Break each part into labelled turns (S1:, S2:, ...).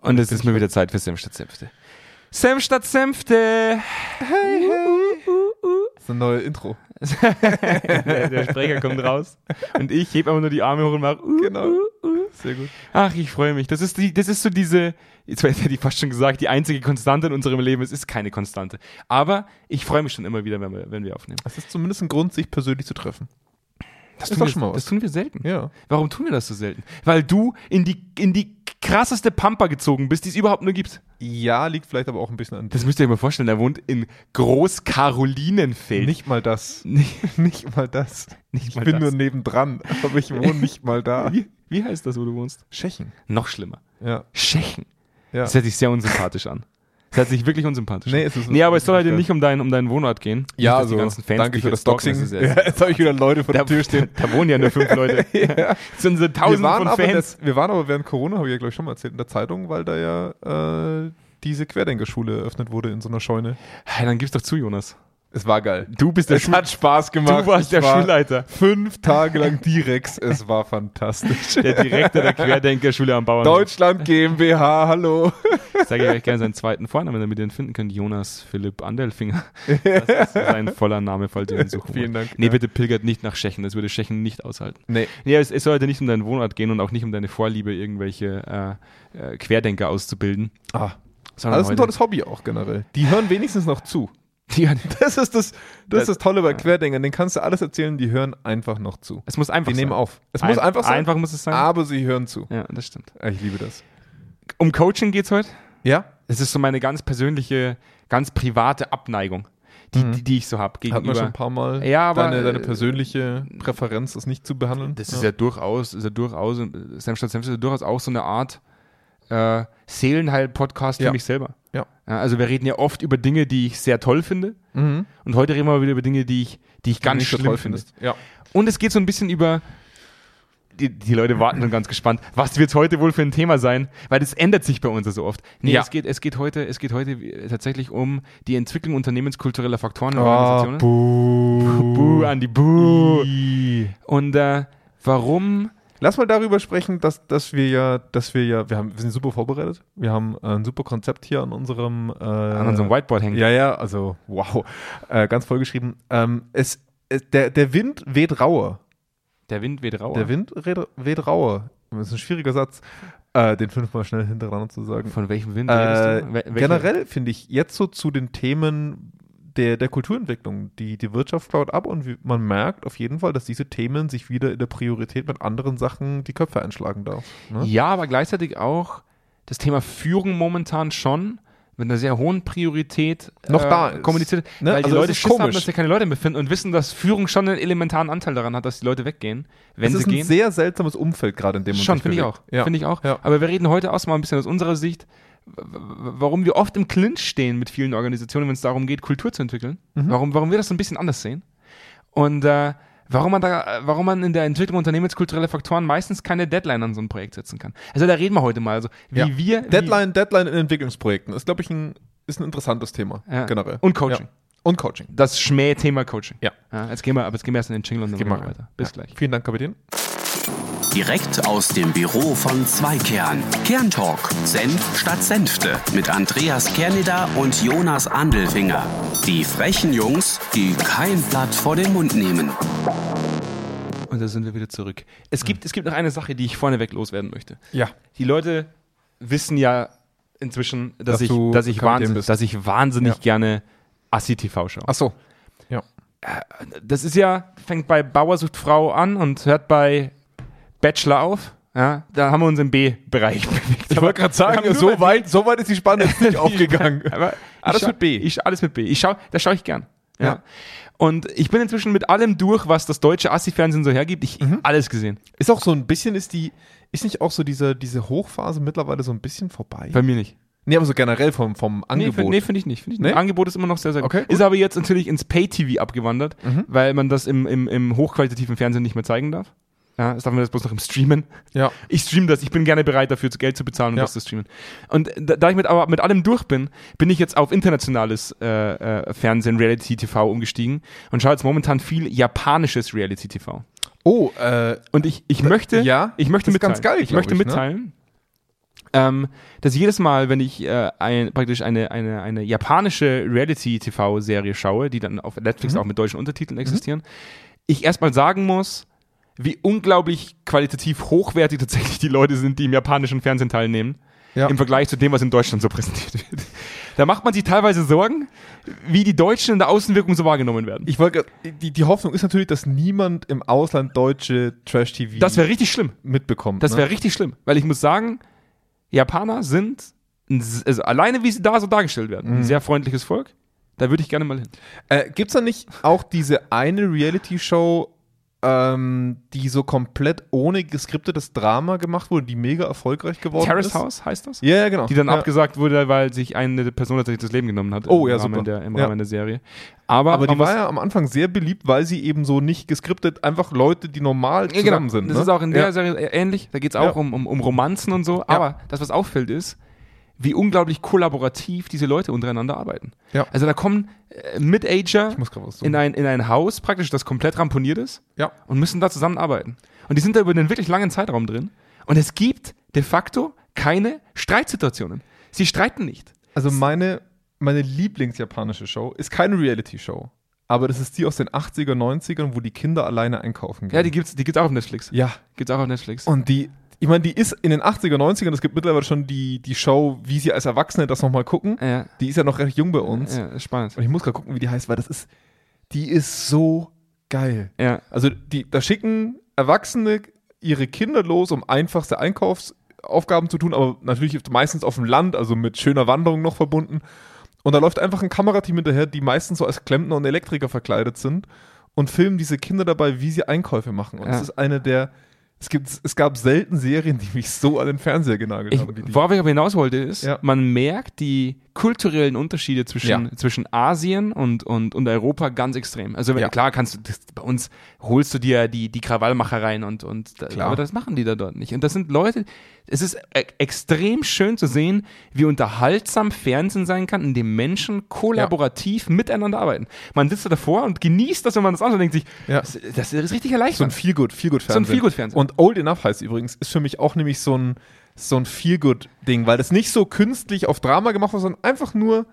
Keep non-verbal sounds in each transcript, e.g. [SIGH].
S1: Und es ist mal wieder Zeit für Senf statt Senfte. Senf statt Senfte! Uh, Hey, hey.
S2: Das ist ein neues Intro.
S1: [LAUGHS] Der, der Sprecher kommt raus. Und ich heb aber nur die Arme hoch und mach. Uh,
S2: Genau.
S1: uh, uh.
S2: Sehr gut.
S1: Ach, ich freue mich. Das ist, die, das ist so diese, jetzt hätte ich fast schon gesagt, die einzige Konstante in unserem Leben. Es ist keine Konstante. Aber ich freue mich schon immer wieder, wenn wir, wenn wir aufnehmen.
S2: Es ist zumindest ein Grund, sich persönlich zu treffen.
S1: Das,
S2: Ist
S1: tun
S2: doch
S1: wir,
S2: schon mal was.
S1: das tun wir selten.
S2: Ja.
S1: Warum tun wir das so selten? Weil du in die, in die krasseste Pampa gezogen bist, die es überhaupt nur gibt.
S2: Ja, liegt vielleicht aber auch ein bisschen an
S1: Das müsst ihr euch mal vorstellen. Er wohnt in Groß-Karolinenfeld.
S2: Nicht mal das.
S1: nicht,
S2: [LAUGHS] Nicht mal das.
S1: nicht
S2: Ich
S1: mal
S2: bin
S1: das.
S2: nur nebendran, aber ich wohne nicht mal [LAUGHS] da.
S1: Wie, wie heißt das, wo du wohnst?
S2: Schechen.
S1: Noch schlimmer.
S2: Ja.
S1: Schechen.
S2: Ja.
S1: Das hört sich sehr unsympathisch an. Das hört sich wirklich unsympathisch
S2: Nee,
S1: an.
S2: es ist-
S1: nee, aber es soll heute nicht um deinen, um deinen Wohnort gehen. nicht, dass die ganzen Fans
S2: also, danke
S1: dich
S2: für
S1: jetzt
S2: das
S1: stalken,
S2: Doxing.
S1: das ist ja-
S2: [LAUGHS] Ja, jetzt habe ich wieder Leute vor
S1: Da,
S2: der Tür stehen.
S1: [LAUGHS] da wohnen ja nur fünf
S2: [LAUGHS]
S1: Leute. Das sind so
S2: Wir
S1: tausende
S2: waren,
S1: von
S2: aber in der,
S1: Fans.
S2: wir waren aber während Corona, habe ich ja glaube ich schon mal erzählt, in der Zeitung, weil da ja äh, diese Querdenkerschule eröffnet wurde in so einer Scheune.
S1: Hey, dann gib's doch zu, Jonas.
S2: Es war geil.
S1: Du bist der
S2: Es
S1: Schul
S2: hat Spaß gemacht.
S1: Du warst
S2: Ich
S1: der
S2: war
S1: Schulleiter.
S2: [LAUGHS] Fünf Tage lang [LAUGHS] Direx. Es war fantastisch.
S1: Der Direktor der Querdenkerschule am Bauernhof.
S2: Deutschland GmbH, hallo.
S1: Ich sage euch gerne seinen zweiten Vornamen, damit ihr ihn finden könnt. Jonas Philipp Andelfinger.
S2: [LAUGHS]
S1: Das ist sein voller Name, falls ihr ihn suchen
S2: Vielen
S1: wollt.
S2: Dank,
S1: Nee,
S2: ja.
S1: bitte pilgert nicht nach Schechen. Das würde Schechen nicht aushalten.
S2: Nee,
S1: Nee, es, es soll heute nicht um deinen Wohnort gehen und auch nicht um deine Vorliebe, irgendwelche äh, äh, Querdenker auszubilden.
S2: ah,
S1: Sondern
S2: das ist ein
S1: heute-
S2: tolles Hobby auch generell. Die hören wenigstens noch zu.
S1: [LAUGHS]
S2: Äh,
S1: Ja,
S2: [LAUGHS] Das ist das, das,
S1: Das-
S2: ist das Tolle bei Querdenkern. Den kannst du alles erzählen, die hören einfach noch zu.
S1: es muss einfach
S2: Die nehmen
S1: sein.
S2: auf. Es muss einfach sein,
S1: Einfach muss es sein.
S2: aber sie hören zu.
S1: ja, das stimmt.
S2: Ah, Ich liebe das.
S1: Um Coaching geht's heute.
S2: Ja?
S1: Das ist so meine ganz persönliche, ganz private Abneigung, die, die, die ich so habe
S2: Hatten
S1: gegenüber.
S2: wir Mhm. schon ein paar Mal.
S1: Ja, aber,
S2: deine, deine
S1: äh,
S2: persönliche Präferenz ist nicht zu behandeln.
S1: Das ist ja durchaus, ist ja durchaus, äh, Sam statt Sam ist ja durchaus auch so eine Art äh, Seelenheil-Podcast für
S2: Ja.
S1: mich selber.
S2: Ja.
S1: Also wir reden ja oft über Dinge, die ich sehr toll finde.
S2: Mhm.
S1: Und heute reden wir mal wieder über Dinge, die ich, die ich ganz
S2: Nicht so
S1: schlimm
S2: toll Ah,
S1: finde.
S2: findest. Ja.
S1: Und es geht so ein bisschen über. Die, die Leute warten schon ganz gespannt. Was wird heute wohl für ein Thema sein? Weil das ändert sich bei uns ja so oft. Nee,
S2: Ja.
S1: es, geht, es, geht heute, es geht heute äh, tatsächlich um die Entwicklung unternehmenskultureller Faktoren in
S2: Ah,
S1: Organisationen.
S2: buh.
S1: Buh, Andi, buh. Und äh, warum
S2: Lass mal darüber sprechen, dass, dass wir ja, dass wir ja, wir, haben, wir sind super vorbereitet. Wir haben ein super Konzept hier an unserem, äh,
S1: an unserem Whiteboard hängen?
S2: Ja, ja, also wow, äh, ganz vollgeschrieben. Ähm, es, es, der, der Wind weht rauer.
S1: Der Wind weht rauer.
S2: Der Wind ne? red- weht rauer. Das ist ein schwieriger Satz, äh, den fünfmal schnell hintereinander zu sagen.
S1: Von welchem Wind
S2: Äh,
S1: redest du? Wel- welche-
S2: generell finde ich jetzt so zu den Themen der, der Kulturentwicklung, die, die Wirtschaft klaut ab und wie, man merkt auf jeden Fall, dass diese Themen sich wieder in der Priorität mit anderen Sachen die Köpfe einschlagen darf. Ne?
S1: Ja, aber gleichzeitig auch das Thema Führung momentan schon mit einer sehr hohen Priorität äh,
S2: Noch da ist.
S1: kommuniziert, weil
S2: Ne? Also
S1: die
S2: es
S1: Leute
S2: ist
S1: Schiss haben,
S2: komisch.
S1: dass sie keine Leute mehr finden und wissen, dass Führung schon einen elementaren Anteil daran hat, dass die Leute weggehen, wenn
S2: es ist
S1: sie
S2: ein
S1: gehen.
S2: sehr seltsames Umfeld gerade, in dem man
S1: Schon,
S2: sich
S1: finde ich auch.
S2: bewegt. Ja.
S1: Finde ich auch.
S2: Ja.
S1: Aber wir reden heute erstmal ein bisschen aus unserer Sicht, w- w- warum wir oft im Clinch stehen mit vielen Organisationen, wenn es darum geht, Kultur zu entwickeln.
S2: Mhm.
S1: Warum, warum wir das so ein bisschen anders sehen. Und äh, warum, man da, warum man in der Entwicklung unternehmenskultureller Faktoren meistens keine Deadline an so ein Projekt setzen kann. Also da reden wir heute mal. Also wie
S2: Ja.
S1: wir.
S2: Deadline, Deadline in Entwicklungsprojekten ist, glaube ich, ein, ist ein interessantes Thema
S1: Wie, ja.
S2: generell.
S1: Und Coaching.
S2: Ja. Und Coaching.
S1: Das Schmähthema Coaching.
S2: Ja.
S1: Jetzt gehen wir, aber jetzt gehen wir erst in den Jingle und dann
S2: Gehen
S1: gehen
S2: wir
S1: wir
S2: rein.
S1: weiter. Bis gleich.
S2: Vielen Dank, Kapitän.
S3: Direkt aus dem Büro von Zweikern. Kerntalk. Senf statt Senfte. Mit Andreas Kerneder und Jonas Andelfinger. Die frechen Jungs, die kein Blatt vor den Mund nehmen.
S1: Und da sind wir wieder zurück. Es gibt, es gibt noch eine Sache, die ich vorneweg loswerden möchte.
S2: Ja.
S1: die Leute wissen ja inzwischen, dass,
S2: Dass
S1: ich,
S2: du
S1: dass, ich,
S2: Kapitän
S1: wahnsinnig,
S2: bist.
S1: dass ich wahnsinnig
S2: Ja.
S1: gerne Assi-TV schaue.
S2: Ach so.
S1: Das ist ja, fängt bei Bauersucht Frau an und hört bei Bachelor auf. Ja, da haben wir uns im B-Bereich [LAUGHS] bewegt.
S2: Ich wollte gerade sagen, so weit, so weit ist die
S1: [LAUGHS]
S2: Spanne jetzt nicht aufgegangen.
S1: Aber
S2: Alles
S1: ich schau-
S2: mit B.
S1: Ich, alles mit B. Ich schau, da schaue ich gern. Ja.
S2: Ja.
S1: Und ich bin inzwischen mit allem durch, was das deutsche Assi-Fernsehen so hergibt. Ich
S2: Mhm.
S1: alles gesehen.
S2: Ist auch so ein bisschen, ist die, ist nicht auch so diese, diese Hochphase mittlerweile so ein bisschen vorbei?
S1: Bei mir nicht.
S2: Nee, aber so generell vom, vom
S1: Nee,
S2: Angebot.
S1: find- nee finde ich nicht. Find ich nicht.
S2: Nee?
S1: Angebot ist immer noch sehr, sehr gut.
S2: Okay, gut. Mhm.
S1: Ist aber jetzt natürlich ins Pay-TV abgewandert, weil man das im, im, im hochqualitativen Fernsehen nicht mehr zeigen darf. Ja, jetzt darf man das bloß noch im Streamen.
S2: ja.
S1: Ich stream das, ich bin gerne bereit dafür, zu Geld zu bezahlen und
S2: Ja.
S1: das zu streamen. Und da, da ich mit, aber mit allem durch bin, bin ich jetzt auf internationales äh, äh, Fernsehen, Reality-TV umgestiegen und schaue jetzt momentan viel japanisches Reality-TV.
S2: Oh, äh,
S1: Und ich, ich möchte,
S2: ja,
S1: ich möchte
S2: das ist
S1: mitteilen,
S2: ganz geil,
S1: ich
S2: glaub
S1: möchte
S2: ich, ne?
S1: mitteilen, ähm, dass jedes Mal, wenn ich äh, ein, praktisch eine, eine, eine japanische Reality-TV-Serie schaue, die dann auf Netflix
S2: Mhm.
S1: auch mit deutschen Untertiteln existieren, ich erstmal sagen muss, wie unglaublich qualitativ hochwertig tatsächlich die Leute sind, die im japanischen Fernsehen teilnehmen,
S2: Ja.
S1: im Vergleich zu dem, was in Deutschland so [LAUGHS] präsentiert wird. Da macht man sich teilweise Sorgen, wie die Deutschen in der Außenwirkung so wahrgenommen werden.
S2: Ich wollte grad- die, die Hoffnung ist natürlich, dass niemand im Ausland deutsche Trash-TV
S1: das wäre richtig schlimm.
S2: mitbekommt.
S1: Das
S2: ne?
S1: wäre richtig schlimm, weil ich muss sagen, Japaner sind, ein, s- also alleine wie sie da so dargestellt werden,
S2: Mhm.
S1: ein sehr freundliches Volk. Da würde ich gerne mal hin.
S2: Äh, Gibt es da nicht auch diese eine Reality-Show, ähm, die so komplett ohne geskriptetes Drama gemacht wurde, die mega erfolgreich geworden
S1: Terrace
S2: ist?
S1: House heißt das?
S2: Ja, ja, genau.
S1: Die dann
S2: ja.
S1: abgesagt wurde, weil sich eine Person tatsächlich das Leben genommen hat.
S2: Oh,
S1: im
S2: ja,
S1: Rahmen
S2: super.
S1: Der, Im
S2: Ja.
S1: Rahmen der Serie. Aber,
S2: Aber die
S1: man muss-
S2: war ja am Anfang sehr beliebt, weil sie eben so nicht geskriptet, einfach Leute, die normal
S1: Ja, genau.
S2: zusammen sind.
S1: Das
S2: ne?
S1: ist auch in der
S2: ja.
S1: Serie ä- ähnlich. Da geht es auch
S2: Ja.
S1: um, um, um Romanzen und so. Aber das, was auffällt, ist, wie unglaublich kollaborativ diese Leute untereinander arbeiten.
S2: Ja.
S1: Also da kommen äh, Mid-Ager
S2: muss grad was suchen.
S1: in ein, in ein Haus praktisch, das komplett ramponiert ist
S2: Ja.
S1: und müssen da zusammenarbeiten. Und die sind da über einen wirklich langen Zeitraum drin. Und es gibt de facto keine Streitsituationen. Sie streiten nicht.
S2: Also meine, meine Lieblingsjapanische Show ist keine Reality-Show. Aber das ist die aus den 80er, 90ern, wo die Kinder alleine einkaufen gehen.
S1: Ja, die gibt's, die gibt's auch auf Netflix.
S2: ja.
S1: Gibt's auch auf Netflix.
S2: Und die, ich meine, die ist in den 80er, 90ern, es gibt mittlerweile schon die, die Show, wie sie als Erwachsene das nochmal gucken.
S1: Ja.
S2: Die ist ja noch recht jung bei uns.
S1: ja, ist spannend.
S2: Und ich muss gerade gucken, wie die heißt, weil das ist, die ist so geil.
S1: Ja.
S2: Also die, da schicken Erwachsene ihre Kinder los, um einfachste Einkaufsaufgaben zu tun, aber natürlich meistens auf dem Land, also mit schöner Wanderung noch verbunden. Und da läuft einfach ein Kamerateam hinterher, die meistens so als Klempner und Elektriker verkleidet sind und filmen diese Kinder dabei, wie sie Einkäufe machen. Und
S1: Ja.
S2: das ist eine der, es, gibt, es gab selten Serien, die mich so an den Fernseher genagelt
S1: Ich,
S2: haben wie die.
S1: worauf ich aber hinaus wollte, ist,
S2: Ja.
S1: man merkt die kulturellen Unterschiede zwischen,
S2: Ja.
S1: zwischen Asien und, und, und Europa ganz extrem. Also wenn-
S2: Ja.
S1: klar kannst du, das, bei uns holst du dir die, die Krawallmachereien und, und da,
S2: Klar.
S1: aber das machen die da dort nicht. Und das sind Leute, es ist e extrem schön zu sehen, wie unterhaltsam Fernsehen sein kann, in dem Menschen kollaborativ miteinander arbeiten. Man sitzt da davor und genießt das, wenn man das anschaut und denkt sich,
S2: Ja.
S1: das, das ist richtig
S2: So ein
S1: erleichternd.
S2: Feelgood, Feelgood Fernsehen.
S1: So ein Feelgood-Fernsehen.
S2: Und Old Enough heißt übrigens, ist für mich auch nämlich so ein, so ein Feelgood Ding, weil das nicht so künstlich auf Drama gemacht wird, sondern einfach nur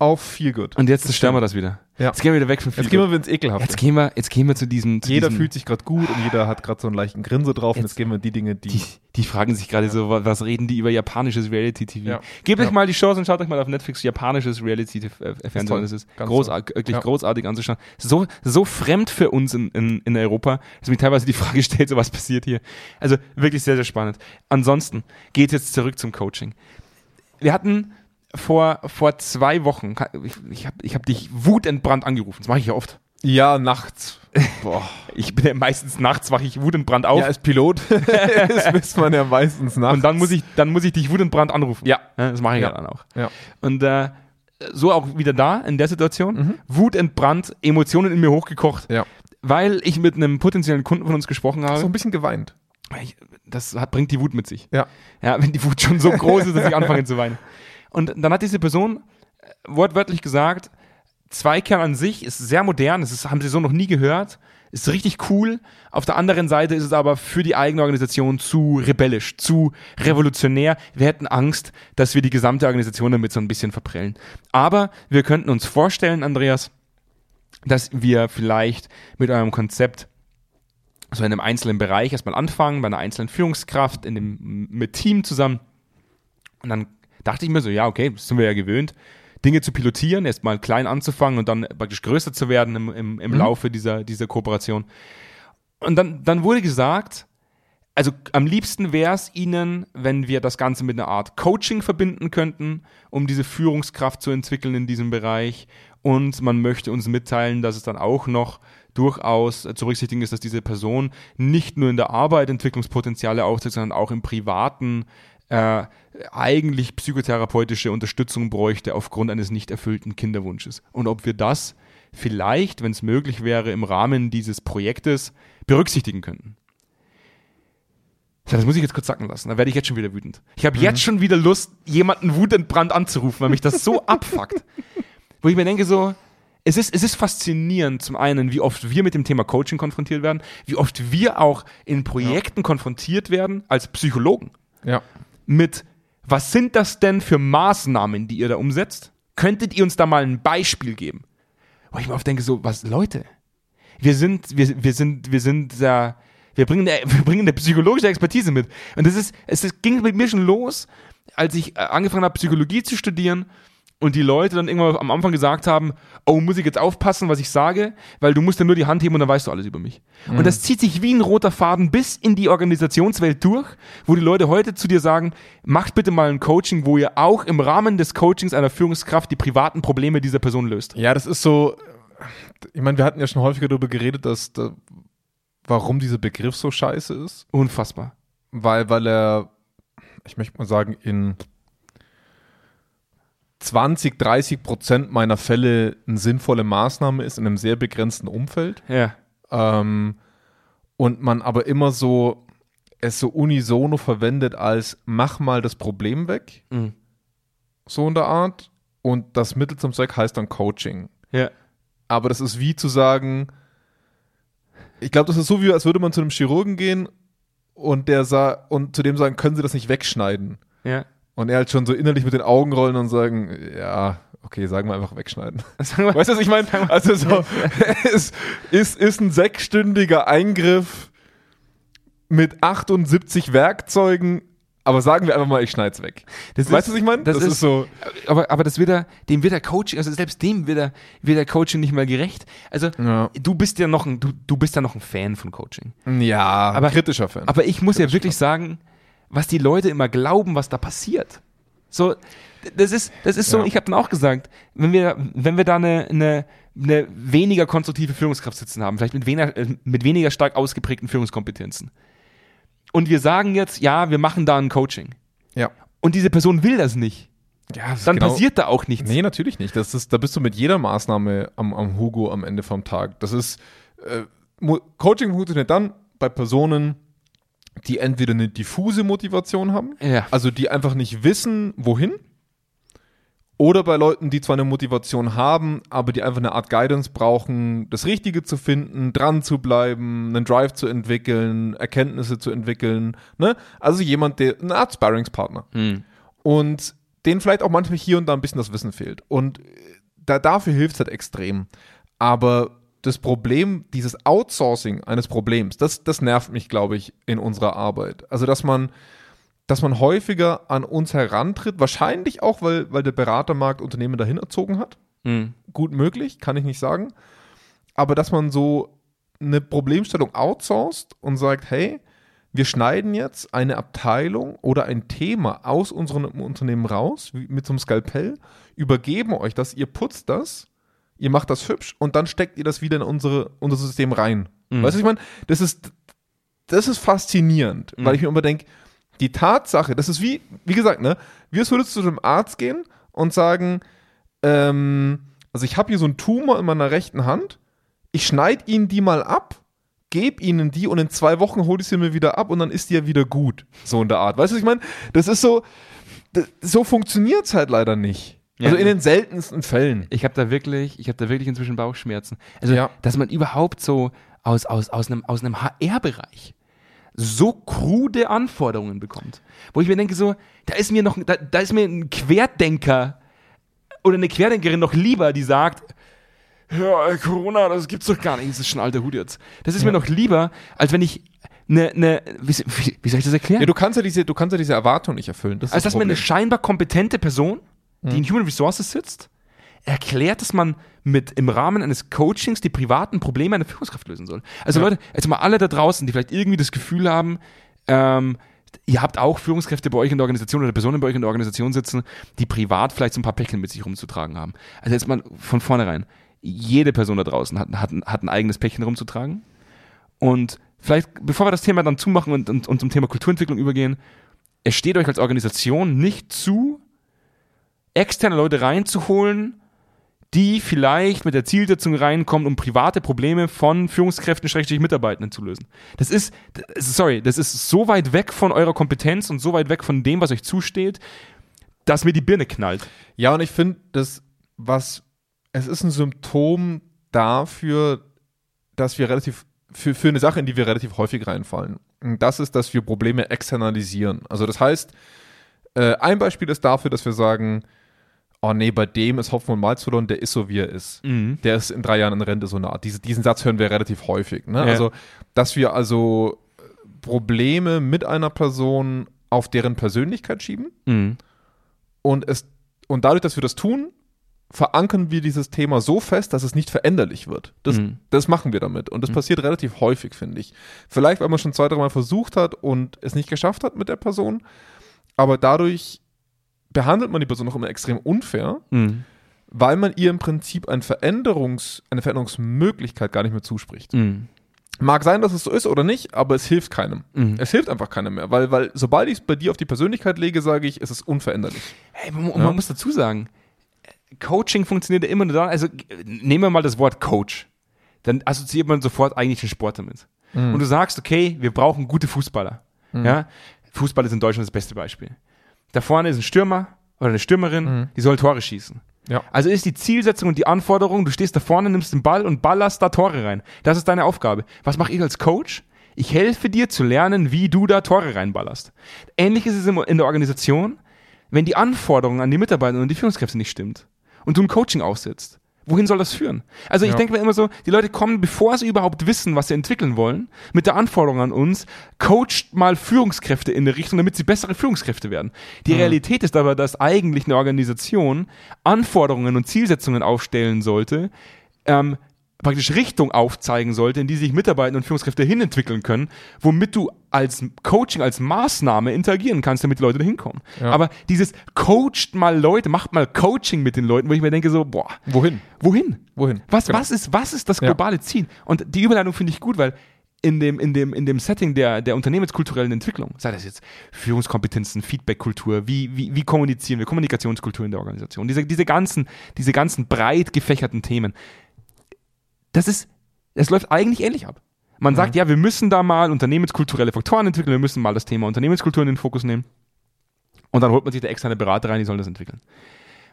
S2: auf Feelgood.
S1: und jetzt zerstören wir das wieder.
S2: Ja.
S1: Jetzt gehen wir wieder weg von
S2: Jetzt
S1: Feel
S2: gehen
S1: Good.
S2: wir ins Ekelhafte.
S1: jetzt gehen wir, jetzt gehen wir zu diesem. Zu
S2: jeder
S1: diesem,
S2: fühlt sich gerade gut und jeder hat gerade so einen leichten Grinse drauf und
S1: Jetzt-
S2: Ah. jetzt gehen wir in die Dinge, die,
S1: Die, die fragen sich gerade so, wa- was reden die über japanisches Reality-TV?
S2: Ja.
S1: Gebt euch
S2: Ja.
S1: mal die Chance und schaut euch mal auf Netflix japanisches äh, Reality-Fernsehen
S2: toll.
S1: an. Das ist
S2: Ganz
S1: großartig, wirklich
S2: Ja.
S1: großartig anzuschauen. So, so fremd für uns in, in, in Europa, dass mich teilweise die Frage [LAUGHS] stellt, so was passiert hier. Also wirklich sehr, sehr spannend. Ansonsten geht jetzt zurück zum Coaching. Wir hatten vor, vor zwei Wochen, ich, ich habe ich hab dich wutentbrannt angerufen. Das mache ich ja oft.
S2: Ja, [LAUGHS] nachts. Boah.
S1: Ich bin ja meistens nachts, wache ich wutentbrannt auf.
S2: Ja, als Pilot das misst man ja meistens nachts.
S1: und dann muss, ich, dann muss ich dich wutentbrannt anrufen.
S2: Ja.
S1: Ja, Das mache ich ja.
S2: Ja.
S1: dann auch.
S2: Ja.
S1: Und äh, so auch wieder da in der Situation.
S2: Mhm.
S1: Wut entbrannt, Emotionen in mir hochgekocht,
S2: ja.
S1: weil ich mit einem potenziellen Kunden von uns gesprochen
S2: So
S1: habe.
S2: ein bisschen geweint.
S1: Ich- Das hat, bringt die Wut mit sich.
S2: Ja.
S1: Ja, wenn die Wut schon so groß ist, dass ich anfange zu weinen. Und dann hat diese Person äh, wortwörtlich gesagt, Zweikern an sich ist sehr modern, das ist, haben sie so noch nie gehört, ist richtig cool. Auf der anderen Seite ist es aber für die eigene Organisation zu rebellisch, zu revolutionär. Wir hätten Angst, dass wir die gesamte Organisation damit so ein bisschen verprellen. Aber wir könnten uns vorstellen, Andreas, dass wir vielleicht mit eurem Konzept so Also in einem einzelnen Bereich erstmal anfangen, bei einer einzelnen Führungskraft, in dem, mit Team zusammen. Und dann dachte ich mir so, ja, okay, das sind wir ja gewöhnt, Dinge zu pilotieren, erstmal klein anzufangen und dann praktisch größer zu werden im, im, im Laufe dieser, dieser Kooperation. Und dann, dann wurde gesagt, also am liebsten wäre es Ihnen, wenn wir das Ganze mit einer Art Coaching verbinden könnten, um diese Führungskraft zu entwickeln in diesem Bereich. Und man möchte uns mitteilen, dass es dann auch noch durchaus äh, zu berücksichtigen ist, dass diese Person nicht nur in der Arbeit Entwicklungspotenziale aufzeigt, sondern auch im privaten äh, eigentlich psychotherapeutische Unterstützung bräuchte aufgrund eines nicht erfüllten Kinderwunsches. Und ob wir das vielleicht, wenn es möglich wäre, im Rahmen dieses Projektes berücksichtigen könnten. So, das muss ich jetzt kurz sacken lassen. Da werde ich jetzt schon wieder wütend. Ich habe jetzt schon wieder Lust, jemanden wutentbrannt anzurufen, weil mich das so abfuckt. Wo ich mir denke, so, es ist, es ist faszinierend, zum einen, wie oft wir mit dem Thema Coaching konfrontiert werden, wie oft wir auch in Projekten konfrontiert werden als Psychologen
S2: Ja.
S1: mit Was sind das denn für Maßnahmen, die ihr da umsetzt? Könntet ihr uns da mal ein Beispiel geben? Wo ich mir oft denke, so, was, Leute, wir sind, wir, wir sind, wir sind da, wir bringen, eine- [LAUGHS] wir bringen eine psychologische Expertise mit. Und das ist, es ist, ging mit mir schon los, als ich äh, angefangen habe, Psychologie zu studieren und die Leute dann irgendwann am Anfang gesagt haben, oh, muss ich jetzt aufpassen, was ich sage, weil du musst ja nur die Hand heben und dann weißt du alles über mich. Und das zieht sich wie ein roter Faden bis in die Organisationswelt durch, wo die Leute heute zu dir sagen, macht bitte mal ein Coaching, wo ihr auch im Rahmen des Coachings einer Führungskraft die privaten Probleme dieser Person löst.
S2: Ja, das ist so. Ich meine, wir hatten ja schon häufiger darüber geredet, dass da, warum dieser Begriff so scheiße ist.
S1: Unfassbar.
S2: Weil, weil er, ich möchte mal sagen, in 20, 30 Prozent meiner Fälle eine sinnvolle Maßnahme ist in einem sehr begrenzten Umfeld.
S1: Ja.
S2: Ähm, und man aber immer so es so unisono verwendet als mach mal das Problem weg,
S1: Mhm.
S2: so in der Art. Und das Mittel zum Zweck heißt dann Coaching.
S1: Ja.
S2: Aber das ist wie zu sagen, ich glaube, das ist so wie, als würde man zu einem Chirurgen gehen und der sah und zu dem sagen, können Sie das nicht wegschneiden?
S1: Ja.
S2: Und er halt schon so innerlich mit den Augen rollen und sagen, ja, okay, sagen wir einfach wegschneiden.
S1: [LAUGHS]
S2: [LAUGHS] Weißt du, was ich meine? Also so, [LAUGHS] es ist, ist ein sechsstündiger Eingriff mit 78 Werkzeugen, aber sagen wir einfach mal, ich schneid's weg.
S1: Das
S2: weißt du,
S1: ist-
S2: was ich meine?
S1: das ist-
S2: so.
S1: aber, aber das wird er, dem wird er Coaching, also selbst dem wird er, wird er Coaching nicht mal gerecht. Also
S2: Ja. Hm.
S1: du bist ja noch ein, du, du bist ja noch ein Fan von Coaching.
S2: Ja,
S1: Aber-
S2: kritischer Fan.
S1: Aber ich muss ja wirklich sagen, was die Leute immer glauben, was da passiert. So, d- das ist, das ist so,
S2: Ja.
S1: ich habe dann auch gesagt, wenn wir, wenn wir da eine, eine, eine weniger konstruktive Führungskraft sitzen haben, vielleicht mit weniger, äh, mit weniger stark ausgeprägten Führungskompetenzen. Und wir sagen jetzt, ja, wir machen da ein Coaching.
S2: ja.
S1: Und diese Person will das nicht.
S2: ja das ist
S1: Dann
S2: genau-
S1: passiert da auch nichts.
S2: Nee, natürlich nicht. Das ist, da bist du mit jeder Maßnahme am, am Hugo am Ende vom Tag. Das ist, äh, Mo- Coaching funktioniert dann bei Personen, die entweder eine diffuse Motivation haben,
S1: Ja.
S2: also die einfach nicht wissen, wohin, oder bei Leuten, die zwar eine Motivation haben, aber die einfach eine Art Guidance brauchen, das Richtige zu finden, dran zu bleiben, einen Drive zu entwickeln, Erkenntnisse zu entwickeln. Ne? Also jemand, der eine Art Sparringspartner und denen vielleicht auch manchmal hier und da ein bisschen das Wissen fehlt. Und äh, da, dafür hilft es halt extrem. Aber das Problem, dieses Outsourcing eines Problems, das, das nervt mich, glaube ich, in unserer Arbeit. Also, dass man, dass man häufiger an uns herantritt, wahrscheinlich auch, weil, weil der Beratermarkt Unternehmen dahin erzogen hat
S1: Mhm.
S2: gut möglich, kann ich nicht sagen. Aber dass man so eine Problemstellung outsourced und sagt, hey, wir schneiden jetzt eine Abteilung oder ein Thema aus unserem Unternehmen raus, wie mit so einem Skalpell, übergeben euch das, ihr putzt das, ihr macht das hübsch und dann steckt ihr das wieder in unsere, unser System rein.
S1: Mhm.
S2: Weißt du, was ich meine, das ist, das ist faszinierend,
S1: Mhm.
S2: weil ich mir immer denke, die Tatsache, das ist wie, wie gesagt, ne, wie als würdest du zu einem Arzt gehen und sagen, ähm, also ich habe hier so einen Tumor in meiner rechten Hand, ich schneide ihnen die mal ab, gebe ihnen die und in zwei Wochen hole ich sie mir wieder ab und dann ist die ja wieder gut. So in der Art. Weißt du, was ich meine? Das ist so, d- so funktioniert es halt leider nicht.
S1: Ja.
S2: also in den seltensten Fällen.
S1: Ich habe da wirklich, ich habe da wirklich inzwischen Bauchschmerzen. Also,
S2: Ja.
S1: dass man überhaupt so aus, aus, aus einem, aus einem HR-Bereich so krude Anforderungen bekommt. Wo ich mir denke, so, da ist mir noch, da, da ist mir ein Querdenker oder eine Querdenkerin noch lieber, die sagt, ja, äh, Corona, das gibt's doch gar nicht, das ist schon alter Hut jetzt. Das ist mir noch lieber, als wenn ich eine, eine wie, wie, wie soll ich das erklären?
S2: Ja, du kannst ja diese, du kannst ja diese Erwartung nicht erfüllen. Das ist
S1: Also,
S2: das
S1: dass mir eine
S2: Problem. Mhm.
S1: scheinbar kompetente Person, die in Human Resources sitzt, erklärt, dass man mit im Rahmen eines Coachings die privaten Probleme einer Führungskraft lösen soll. Also Leute, jetzt mal alle da draußen, die vielleicht irgendwie das Gefühl haben, ähm, ihr habt auch Führungskräfte bei euch in der Organisation oder Personen bei euch in der Organisation sitzen, die privat vielleicht so ein paar Päckchen mit sich rumzutragen haben. Also jetzt mal von vornherein. Jede Person da draußen hat, hat, hat ein eigenes Päckchen rumzutragen. Und vielleicht, bevor wir das Thema dann zumachen und, und, und zum Thema Kulturentwicklung übergehen, es steht euch als Organisation nicht zu, externe Leute reinzuholen, die vielleicht mit der Zielsetzung reinkommen, um private Probleme von Führungskräften, schrägstrich Mitarbeitenden zu lösen. Das ist, d- sorry, das ist so weit weg von eurer Kompetenz und so weit weg von dem, was euch zusteht, dass mir die Birne knallt.
S2: Ja, und ich finde, das, was, es ist ein Symptom dafür, dass wir relativ, für, für eine Sache, in die wir relativ häufig reinfallen. Und das ist, dass wir Probleme externalisieren. Also das heißt, Äh, ein Beispiel ist dafür, dass wir sagen, oh nee, bei dem ist Hopfen und Malz verloren, der ist so, wie er ist. Der ist in drei Jahren in Rente, so eine Art. Diese, diesen Satz hören wir relativ häufig. Ne? Also, dass wir also Probleme mit einer Person auf deren Persönlichkeit schieben und es und dadurch, dass wir das tun, verankern wir dieses Thema so fest, dass es nicht veränderlich wird. Das, das machen wir damit. Und das passiert relativ häufig, finde ich. Vielleicht, weil man schon zwei, dreimal versucht hat und es nicht geschafft hat mit der Person. Aber dadurch behandelt man die Person noch immer extrem unfair,
S1: Mhm.
S2: weil man ihr im Prinzip ein Veränderungs, eine Veränderungsmöglichkeit gar nicht mehr zuspricht.
S1: Mhm.
S2: Mag sein, dass es so ist oder nicht, aber es hilft keinem.
S1: Mhm.
S2: Es hilft einfach keinem mehr, weil, weil sobald ich es bei dir auf die Persönlichkeit lege, sage ich, es ist unveränderlich.
S1: Hey, man, man muss dazu sagen, Coaching funktioniert ja immer nur dann, also g- nehmen wir mal das Wort Coach. Dann assoziiert man sofort eigentlich den Sport damit. Und du sagst, okay, wir brauchen gute Fußballer. Ja? Fußball ist in Deutschland das beste Beispiel. Da vorne ist ein Stürmer oder eine Stürmerin, die soll Tore schießen.
S2: Ja.
S1: Also ist die Zielsetzung und die Anforderung, du stehst da vorne, nimmst den Ball und ballerst da Tore rein. Das ist deine Aufgabe. Was mache ich als Coach? Ich helfe dir zu lernen, wie du da Tore reinballerst. Ähnlich ist es im- in der Organisation, wenn die Anforderungen an die Mitarbeiter und die Führungskräfte nicht stimmt und du ein Coaching aufsetzt. Wohin soll das führen? Also ich
S2: Ja.
S1: denke mir immer so, die Leute kommen, bevor sie überhaupt wissen, was sie entwickeln wollen, mit der Anforderung an uns, coacht mal Führungskräfte in der Richtung, damit sie bessere Führungskräfte werden. Die Realität ist aber, dass eigentlich eine Organisation Anforderungen und Zielsetzungen aufstellen sollte, ähm, praktisch Richtung aufzeigen sollte, in die sich Mitarbeiter und Führungskräfte hinentwickeln können, womit du als Coaching, als Maßnahme interagieren kannst, damit die Leute da hinkommen. Aber dieses coacht mal Leute, macht mal Coaching mit den Leuten, wo ich mir denke so, boah,
S2: Wohin?
S1: wohin?
S2: Wohin?
S1: Was,
S2: Genau.
S1: was, ist, was ist das globale Ziel? Und die Überleitung finde ich gut, weil in dem, in dem, in dem Setting der, der unternehmenskulturellen Entwicklung, sei das jetzt Führungskompetenzen, Feedbackkultur, wie, wie, wie kommunizieren wir, Kommunikationskultur in der Organisation, diese, diese, ganzen, diese ganzen breit gefächerten Themen, das ist, es läuft eigentlich ähnlich ab.
S2: Mhm.
S1: Man sagt, ja, wir müssen da mal unternehmenskulturelle Faktoren entwickeln, wir müssen mal das Thema Unternehmenskultur in den Fokus nehmen. Und dann holt man sich da externe Berater rein, die sollen das entwickeln.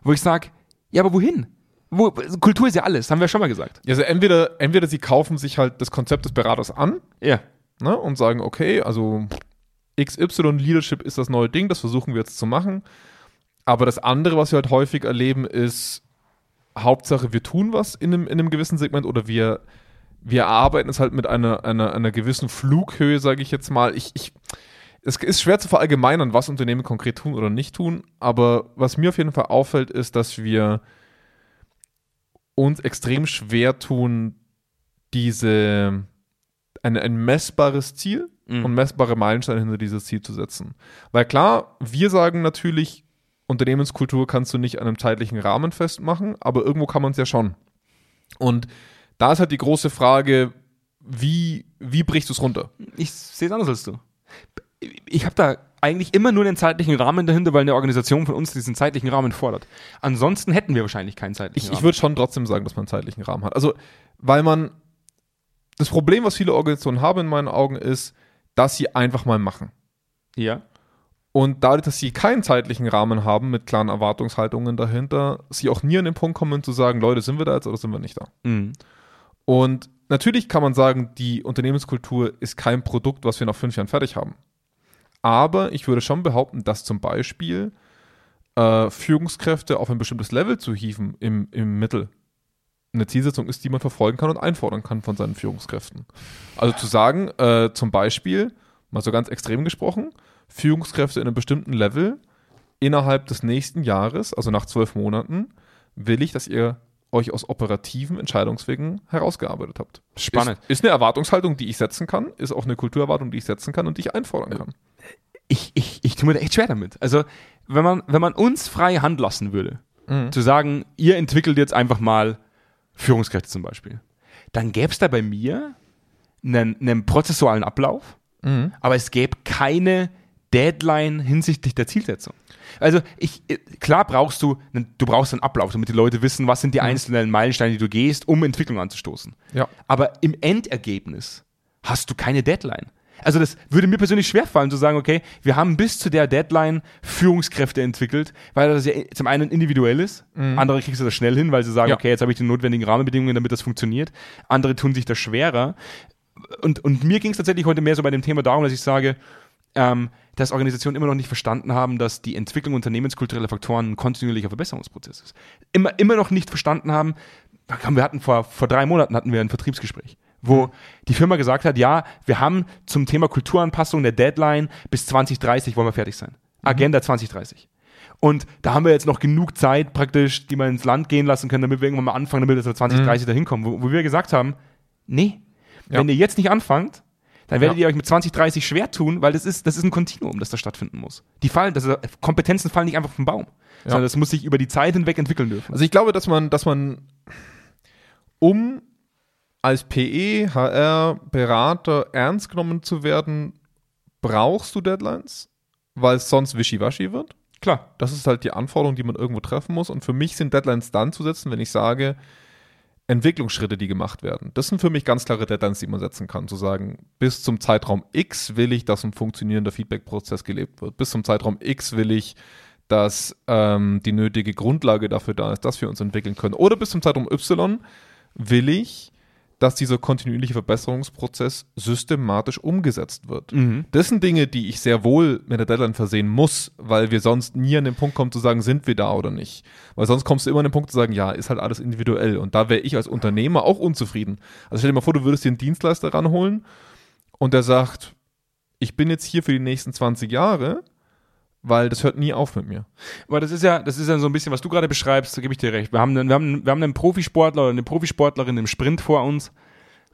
S1: Wo ich sage, ja, aber wohin? Wo, Kultur ist ja alles, haben wir schon mal gesagt.
S2: Also entweder, entweder sie kaufen sich halt das Konzept des Beraters an
S1: Ja.
S2: ne, und sagen, okay, also XY Leadership ist das neue Ding, das versuchen wir jetzt zu machen. Aber das andere, was wir halt häufig erleben, ist Hauptsache, wir tun was in einem, in einem gewissen Segment oder wir, wir arbeiten es halt mit einer, einer, einer gewissen Flughöhe, sage ich jetzt mal. Ich, ich, es ist schwer zu verallgemeinern, was Unternehmen konkret tun oder nicht tun, aber was mir auf jeden Fall auffällt, ist, dass wir uns extrem schwer tun, diese ein, ein messbares Ziel und messbare Meilensteine hinter dieses Ziel zu setzen. Weil klar, wir sagen natürlich, Unternehmenskultur kannst du nicht an einem zeitlichen Rahmen festmachen, aber irgendwo kann man es ja schon. Und da ist halt die große Frage, wie, wie brichst du es runter?
S1: Ich sehe es anders als du. Ich habe da eigentlich immer nur den zeitlichen Rahmen dahinter, weil eine Organisation von uns diesen zeitlichen Rahmen fordert. Ansonsten hätten wir wahrscheinlich keinen zeitlichen
S2: Ich,
S1: Rahmen.
S2: ich würde schon trotzdem sagen, dass man einen zeitlichen Rahmen hat. Also, weil man das Problem, was viele Organisationen haben in meinen Augen, ist, dass sie einfach mal machen.
S1: ja.
S2: Und dadurch, dass sie keinen zeitlichen Rahmen haben mit klaren Erwartungshaltungen dahinter, sie auch nie an den Punkt kommen zu sagen, Leute, sind wir da jetzt oder sind wir nicht da?
S1: Mhm.
S2: Und natürlich kann man sagen, die Unternehmenskultur ist kein Produkt, was wir nach fünf Jahren fertig haben. Aber ich würde schon behaupten, dass zum Beispiel äh, Führungskräfte auf ein bestimmtes Level zu hieven im, im Mittel eine Zielsetzung ist, die man verfolgen kann und einfordern kann von seinen Führungskräften. Also zu sagen, äh, zum Beispiel, mal so ganz extrem gesprochen, Führungskräfte in einem bestimmten Level innerhalb des nächsten Jahres, also nach zwölf Monaten, will ich, dass ihr euch aus operativen Entscheidungswegen herausgearbeitet habt.
S1: Spannend.
S2: Ist, ist eine Erwartungshaltung, die ich setzen kann, ist auch eine Kulturerwartung, die ich setzen kann und die ich einfordern kann.
S1: Ich, ich, ich tue mir da echt schwer damit. Also, wenn man, wenn man uns frei Hand lassen würde, zu sagen, ihr entwickelt jetzt einfach mal Führungskräfte zum Beispiel, dann gäbe es da bei mir einen, einen prozessualen Ablauf, aber es gäbe keine Deadline hinsichtlich der Zielsetzung. Also ich, äh, klar brauchst du, einen- du brauchst einen Ablauf, damit die Leute wissen, was sind die einzelnen Meilensteine, die du gehst, um Entwicklung anzustoßen.
S2: Ja.
S1: Aber im Endergebnis hast du keine Deadline. Also das würde mir persönlich schwerfallen zu sagen, okay, wir haben bis zu der Deadline Führungskräfte entwickelt, weil das ja zum einen individuell ist, andere kriegst du das schnell hin, weil sie sagen,
S2: Mhm. Ja.
S1: okay, jetzt habe ich die notwendigen Rahmenbedingungen, damit das funktioniert. Andere tun sich das schwerer. Und, und mir ging es tatsächlich heute mehr so bei dem Thema darum, dass ich sage, ähm, dass Organisationen immer noch nicht verstanden haben, dass die Entwicklung unternehmenskultureller Faktoren ein kontinuierlicher Verbesserungsprozess ist. Immer, immer noch nicht verstanden haben, wir hatten vor, vor drei Monaten hatten wir ein Vertriebsgespräch wo die Firma gesagt hat, ja, wir haben zum Thema Kulturanpassung der Deadline bis 2030 wollen wir fertig sein. Agenda 2030. Und da haben wir jetzt noch genug Zeit praktisch, die wir ins Land gehen lassen können, damit wir irgendwann mal anfangen, damit wir das 2030 dahin kommen. Wo, wo wir gesagt haben, nee,
S2: Mhm. Ja.
S1: wenn ihr jetzt nicht anfangt, dann werdet
S2: Ja.
S1: ihr euch mit 2030 schwer tun, weil das ist, das ist ein Kontinuum, das da stattfinden muss. Die fallen, das ist, Kompetenzen fallen nicht einfach vom Baum, sondern das muss sich über die Zeit hinweg entwickeln dürfen.
S2: Also ich glaube, dass man, dass man um als PE, HR, Berater ernst genommen zu werden, brauchst du Deadlines, weil es sonst wischiwaschi wird.
S1: Klar.
S2: Das ist halt die Anforderung, die man irgendwo treffen muss. Und für mich sind Deadlines dann zu setzen, wenn ich sage, Entwicklungsschritte, die gemacht werden. Das sind für mich ganz klare Deadlines, die man setzen kann. Zu sagen, bis zum Zeitraum X will ich, dass ein funktionierender Feedback-Prozess gelebt wird. Bis zum Zeitraum X will ich, dass ähm, die nötige Grundlage dafür da ist, dass wir uns entwickeln können. Oder bis zum Zeitraum Y will ich, dass dieser kontinuierliche Verbesserungsprozess systematisch umgesetzt wird.
S1: Mhm.
S2: Das sind Dinge, die ich sehr wohl mit der Deadline versehen muss, weil wir sonst nie an den Punkt kommen zu sagen, sind wir da oder nicht. Weil sonst kommst du immer an den Punkt zu sagen, ja, ist halt alles individuell. Und da wäre ich als Unternehmer auch unzufrieden. Also stell dir mal vor, du würdest dir einen Dienstleister ranholen und der sagt, ich bin jetzt hier für die nächsten 20 Jahre, weil das hört nie auf mit mir.
S1: Aber das ist ja, das ist ja so ein bisschen, was du gerade beschreibst, da gebe ich dir recht. Wir haben, einen, wir, haben, einen- wir haben einen Profisportler oder eine Profisportlerin im Sprint vor uns